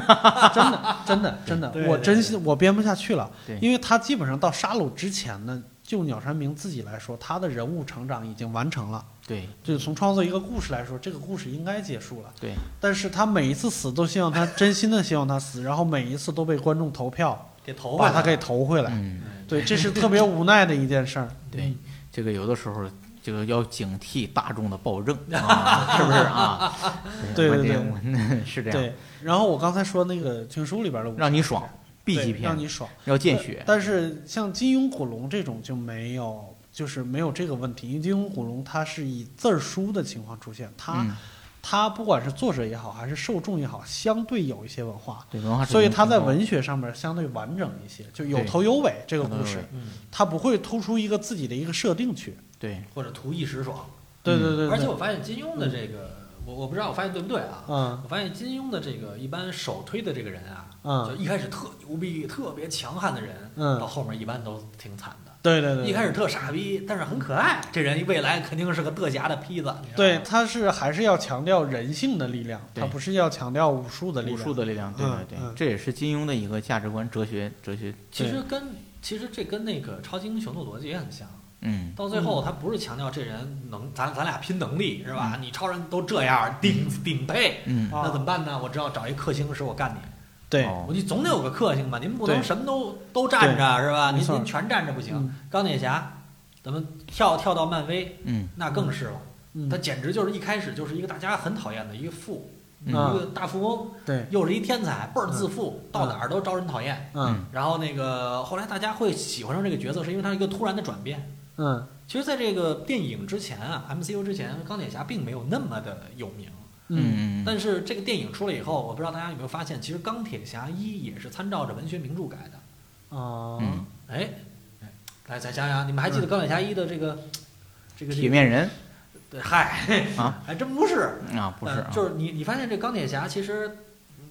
Speaker 6: 真的真的真的
Speaker 7: 对，对
Speaker 6: 我真心我编不下去了
Speaker 1: 对，
Speaker 6: 因为他基本上到杀戮之前呢，就鸟山明自己来说，他的人物成长已经完成了。
Speaker 1: 对
Speaker 6: 就是从创作一个故事来说，这个故事应该结束了。
Speaker 1: 对，
Speaker 6: 但是他每一次死都希望他真心的希望他死，然后每一次都被观众投票
Speaker 7: 给头
Speaker 6: 把
Speaker 7: 发
Speaker 6: 他给投回来。
Speaker 1: 嗯，
Speaker 6: 对，这是特别无奈的一件事儿。
Speaker 1: 对，这个有的时候这个要警惕大众的暴政，啊 是不是啊？
Speaker 6: 对
Speaker 1: 我
Speaker 6: 对对
Speaker 1: 这我 是这样，
Speaker 6: 对，然后我刚才说那个评书里边的武
Speaker 1: 让你
Speaker 6: 侠
Speaker 1: 爽，B 级
Speaker 6: 对让
Speaker 1: 片
Speaker 6: 你爽，
Speaker 1: 要见血，
Speaker 6: 但是像金庸、古龙这种就没有，就是没有这个问题，因为金庸、古龙它是以字儿书的情况出现，它、
Speaker 1: 嗯，
Speaker 6: 它不管是作者也好，还是受众也好，相对有一些文化，
Speaker 1: 对文化水平
Speaker 6: 所以它在
Speaker 1: 挺高
Speaker 6: 文学上面相对完整一些，就有
Speaker 1: 对
Speaker 6: 头有尾这个
Speaker 1: 有头有
Speaker 6: 故事
Speaker 1: 尾，
Speaker 7: 嗯，
Speaker 6: 它不会突出一个自己的一个设定去。
Speaker 1: 对，
Speaker 7: 或者图一时爽。
Speaker 6: 对
Speaker 1: 嗯
Speaker 6: 对对对，
Speaker 7: 而且我发现金庸的这个，我我不知道我发现对不对啊？
Speaker 6: 嗯
Speaker 7: 我发现金庸的这个一般首推的这个人啊，就
Speaker 6: 嗯
Speaker 7: 一开始特牛逼、特别强悍的人，到
Speaker 6: 嗯，
Speaker 7: 后面一般都挺惨的。
Speaker 6: 对对对，
Speaker 7: 一开始特傻逼，但是很可爱，这人未来肯定是个得夹的坯子。你知道吗
Speaker 6: 对，它是还是要强调人性的力量，它
Speaker 1: 对
Speaker 6: 不是要强调武术的力
Speaker 1: 武
Speaker 6: 量。
Speaker 1: 术的力量，对
Speaker 6: 嗯
Speaker 1: 对对，
Speaker 6: 嗯
Speaker 1: 这也是金庸的一个价值观、哲学、哲学。
Speaker 7: 其实跟其实这跟那个超级英雄的逻辑也很像，
Speaker 1: 嗯，
Speaker 7: 到最后，他不是强调这人能，咱咱俩拼能力是
Speaker 6: 嗯
Speaker 7: 吧？你超人都这样，顶顶配，
Speaker 1: 嗯，
Speaker 6: 啊
Speaker 7: 那怎么办呢？我只好找一克星使我干你。
Speaker 6: 对，
Speaker 1: 哦
Speaker 7: 我你总得有个克星吧？您不
Speaker 6: 对
Speaker 7: 能什么都都站着是吧？
Speaker 6: 没
Speaker 7: 您
Speaker 6: 错
Speaker 7: 您全站着不行
Speaker 6: 嗯。
Speaker 7: 钢铁侠，咱们跳跳到漫威，
Speaker 1: 嗯
Speaker 7: 那更是了。
Speaker 6: 嗯
Speaker 7: 他，简直就是一开始就是一个大家很讨厌的一个富，一
Speaker 1: 嗯
Speaker 7: 个大富翁，
Speaker 6: 对，
Speaker 7: 又是一天才，倍儿自负，到哪儿都招人讨厌。
Speaker 6: 嗯
Speaker 7: 然后那个后来大家会喜欢上这个角色，是因为他一个突然的转变。
Speaker 6: 嗯
Speaker 7: 其实，在这个电影之前啊，MCU 之前，钢铁侠并没有那么的有名。
Speaker 6: 嗯
Speaker 1: 嗯，
Speaker 7: 但是这个电影出来以后，我不知道大家有没有发现，其实钢铁侠一也是参照着文学名著改的。
Speaker 6: 啊，
Speaker 1: 嗯，
Speaker 7: 哎，来再想想，你们还记得《钢铁侠一》的这个这个这个
Speaker 1: 铁面人
Speaker 7: 对，嗨，
Speaker 1: 啊，
Speaker 7: 还真不是，
Speaker 1: 啊，不是
Speaker 7: 呃
Speaker 1: 啊，
Speaker 7: 就是你你发现这钢铁侠其实，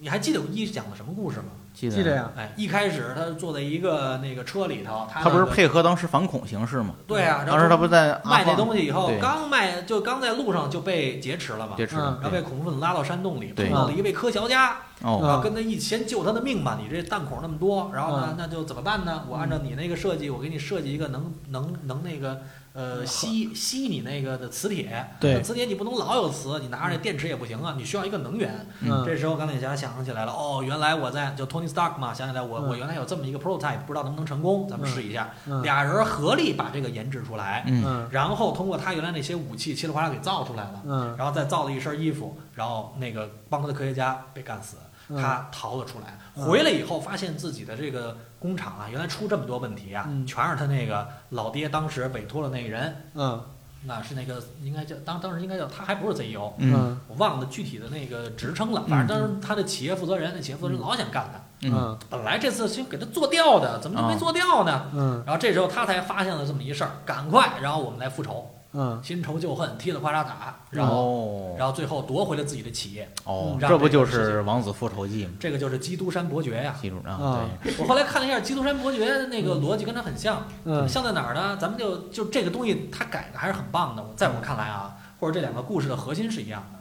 Speaker 7: 你还记得一讲的什么故事吗？
Speaker 1: 记
Speaker 6: 记得
Speaker 1: 得
Speaker 6: 呀，
Speaker 7: 哎，一开始他坐在一个那个车里头，他
Speaker 1: 他不是
Speaker 7: 那个
Speaker 1: 配合当时反恐形势吗？
Speaker 7: 对啊，然后
Speaker 1: 当时他不是在
Speaker 7: 卖那
Speaker 1: 那
Speaker 7: 东西以后
Speaker 1: 对，
Speaker 7: 刚卖就刚在路上就被劫持了嘛。
Speaker 1: 劫持
Speaker 6: 嗯
Speaker 7: 然后被恐怖分子拉到山洞里，
Speaker 1: 对
Speaker 7: 碰到了一位科学家，
Speaker 1: 哦，
Speaker 7: 然
Speaker 6: 啊
Speaker 7: 后跟他一起先救他的命吧。你这弹孔那么多，然后
Speaker 6: 嗯
Speaker 7: 呢，那就怎么办呢？我按照你那个设计，我给你设计一个能能能那个呃吸吸你那个的磁铁。
Speaker 6: 对
Speaker 7: 那磁铁你不能老有磁，你拿着那电池也不行啊，你需要一个能源。
Speaker 6: 嗯
Speaker 7: 这时候钢铁侠想起来了，哦，原来我在就 Tony Stark 嘛，想起来我
Speaker 6: 嗯
Speaker 7: 我原来有这么一个 prototype，不知道能不能成功，咱们
Speaker 6: 嗯
Speaker 7: 试一下。
Speaker 6: 嗯
Speaker 7: 俩人合力把这个研制出来，
Speaker 1: 嗯
Speaker 6: 嗯
Speaker 7: 然后通过他原来那些武器稀里哗啦给造出来了。
Speaker 6: 嗯，
Speaker 7: 然后再造了一身衣服，然后那个帮他的科学家被干死，
Speaker 6: 嗯
Speaker 7: 他逃了出来，
Speaker 6: 嗯
Speaker 7: 回来以后发现自己的这个工厂啊，原来出这么多问题啊，
Speaker 6: 嗯
Speaker 7: 全是他那个老爹当时委托了那个人，
Speaker 6: 嗯
Speaker 7: 那是那个应该叫当当时应该叫他还不是 CEO，
Speaker 1: 嗯
Speaker 7: 我忘了具体的那个职称了，
Speaker 6: 嗯
Speaker 7: 反正当时他的企业负责人，那企业负责人老想干他，
Speaker 1: 嗯
Speaker 6: 嗯
Speaker 7: 本来这次先给他做掉的，怎么就没
Speaker 1: 哦
Speaker 7: 做掉呢？
Speaker 6: 嗯
Speaker 7: 然后这时候他才发现了这么一事儿，赶快，然后我们来复仇，
Speaker 6: 嗯，
Speaker 7: 新仇旧恨，踢了夸嚓打，然后
Speaker 1: 哦
Speaker 7: 然后最后夺回了自己的企业，
Speaker 1: 哦，
Speaker 7: 让
Speaker 1: 这不
Speaker 7: 这
Speaker 1: 就
Speaker 7: 个事
Speaker 1: 是王子复仇记吗？
Speaker 7: 这个就是基督山伯爵呀、
Speaker 1: 记住啊
Speaker 6: 啊，
Speaker 1: 对，
Speaker 7: 我后来看了一下基督山伯爵的那个逻辑跟他很像，
Speaker 6: 嗯
Speaker 7: 像在哪儿呢？咱们就就这个东西他改的还是很棒的，在我看来啊，或者这两个故事的核心是一样的。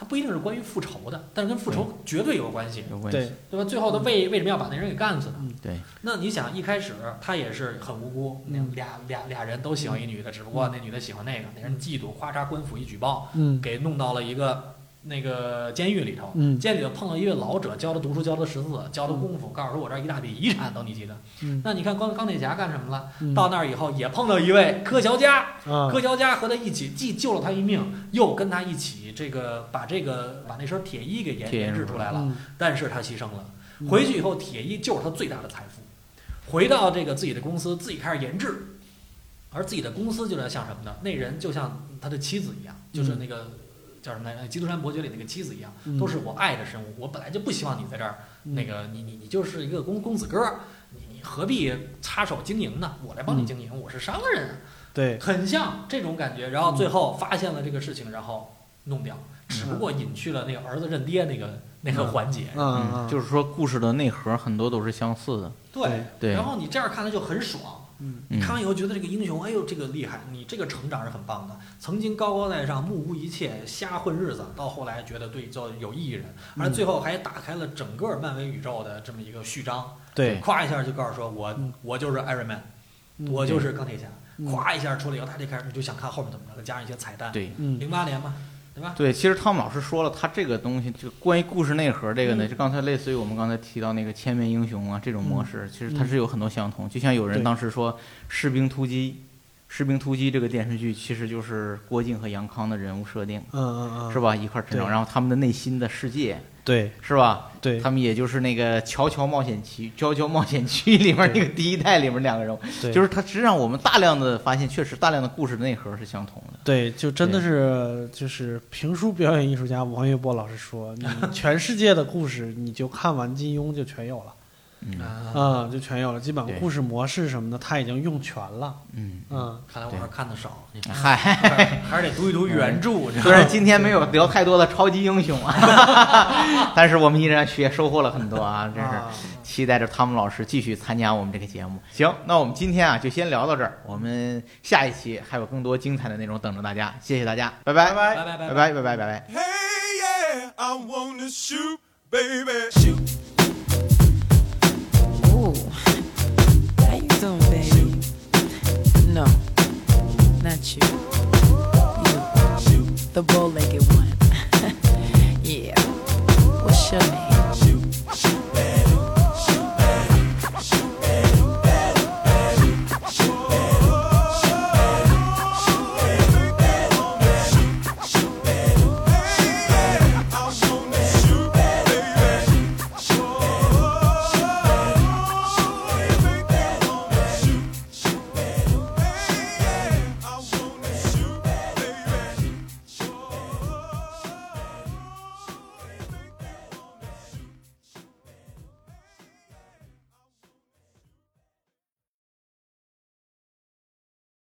Speaker 7: 它不一定是关于复仇的，但是跟复仇绝对有关系，
Speaker 1: 有关
Speaker 6: 对嗯
Speaker 1: 系，，
Speaker 7: 对吧？最后他为为什么要把那人给干死呢？
Speaker 1: 对，
Speaker 7: 那你想，一开始他也是很无辜，那
Speaker 6: 嗯
Speaker 7: 俩俩俩人都喜欢一女的，只不过那女的喜欢那个，那人嫉妒，咔嚓官府一举报，
Speaker 6: 嗯
Speaker 7: 给弄到了一个那个监狱里头。
Speaker 6: 嗯
Speaker 7: 监狱里头碰到一位老者，教他读书，教他识字，教他功夫，告诉说我这儿一大笔遗产都你记得。
Speaker 6: 嗯
Speaker 7: 那你看钢钢铁侠干什么了？
Speaker 6: 嗯
Speaker 7: 到那儿以后也碰到一位科学家，
Speaker 6: 啊
Speaker 7: 科学家和他一起既救了他一命，又跟他一起这个把这个把那身铁衣给研
Speaker 1: 铁衣
Speaker 7: 研制出来了，
Speaker 6: 嗯
Speaker 7: 但是他牺牲了。
Speaker 6: 嗯
Speaker 7: 回去以后，铁衣就是他最大的财富。回到这个自己的公司，自己开始研制，而自己的公司就在像什么呢？那人就像他的妻子一样，就是那个叫什么来着？《基督山伯爵》里那个妻子一样，
Speaker 6: 嗯
Speaker 7: 都是我爱的生物。我本来就不希望你在这儿，那个你你你就是一个公公子哥儿，你你何必插手经营呢？我来帮你经营，我是商人啊，
Speaker 6: 嗯对，嗯
Speaker 7: 很像这种感觉。然后最后发现了这个事情，然后弄掉，只不过隐去了那个儿子认爹那个那个环节。
Speaker 6: 嗯
Speaker 1: 嗯，
Speaker 6: 嗯
Speaker 1: 就是说故事的内核很多都是相似的，
Speaker 7: 对，
Speaker 1: 对
Speaker 7: 然后你这样看来就很爽。
Speaker 6: 嗯
Speaker 1: 嗯
Speaker 7: 看完以后觉得这个英雄，哎呦，这个厉害，你这个成长是很棒的。曾经高高在上、目无一切、瞎混日子，到后来觉得对，就有意义人，
Speaker 6: 嗯
Speaker 7: 而最后还打开了整个漫威宇宙的这么一个序章。
Speaker 6: 对，
Speaker 7: 咵一下就告诉说我
Speaker 6: 嗯
Speaker 7: 我就是 Iron Man，
Speaker 6: 嗯
Speaker 7: 我就是钢铁侠。
Speaker 6: 嗯
Speaker 7: 咵一下出来以后，他就开始你就想看后面怎么着，再加上一些彩蛋。，
Speaker 1: 对。
Speaker 6: 嗯
Speaker 7: 零八年嘛，对吧？
Speaker 1: 对，其实汤姆老师说了，他这个东西，就关于故事内核这个呢，
Speaker 6: 嗯
Speaker 1: 就刚才类似于我们刚才提到那个千面英雄啊这种模式，其实它是有很多相同。就像有人
Speaker 6: 嗯对
Speaker 1: 当时说《士兵突击》，《士兵突击》这个电视剧其实就是郭靖和杨康的人物设定，
Speaker 6: 嗯嗯嗯，
Speaker 1: 是吧？一块儿成长，
Speaker 6: 对
Speaker 1: 然后他们的内心的世界，
Speaker 6: 对
Speaker 1: 是吧？
Speaker 6: 对
Speaker 1: 他们也就是那个《乔乔冒险奇》《乔乔冒险区》里面那个第一代里面两个人物，
Speaker 6: 对，
Speaker 1: 就是它实际上我们大量的发现，确实大量的故事内核是相同的。
Speaker 6: 对，就真的是就是评书表演艺术家王岳波老师 说，你全世界的故事你就看完金庸就全有了，
Speaker 1: 嗯
Speaker 7: 啊，
Speaker 6: 嗯，就全有了，基本上
Speaker 1: 对
Speaker 6: 故事模式什么的他已经用全了，
Speaker 1: 嗯，
Speaker 6: 嗯，
Speaker 7: 看来我还是看的少， 你看
Speaker 1: 嗨。
Speaker 7: 还是得读一读原著。你知道吗
Speaker 1: 虽然今天没有聊太多的超级英雄啊， 但是我们依然学收获了很多啊，真是
Speaker 6: 啊
Speaker 1: 期待着汤姆老师继续参加我们这个节目。行，那我们今天啊就先聊到这儿，我们下一期还有更多精彩的内容等着大家，谢谢大家，拜拜拜
Speaker 7: 拜拜拜拜
Speaker 1: 拜拜拜拜拜拜。
Speaker 9: Hey, yeah, I wanna shoot, baby. Shoot.
Speaker 10: Ooh. How you doing, baby? No. at you. You, the bow-legged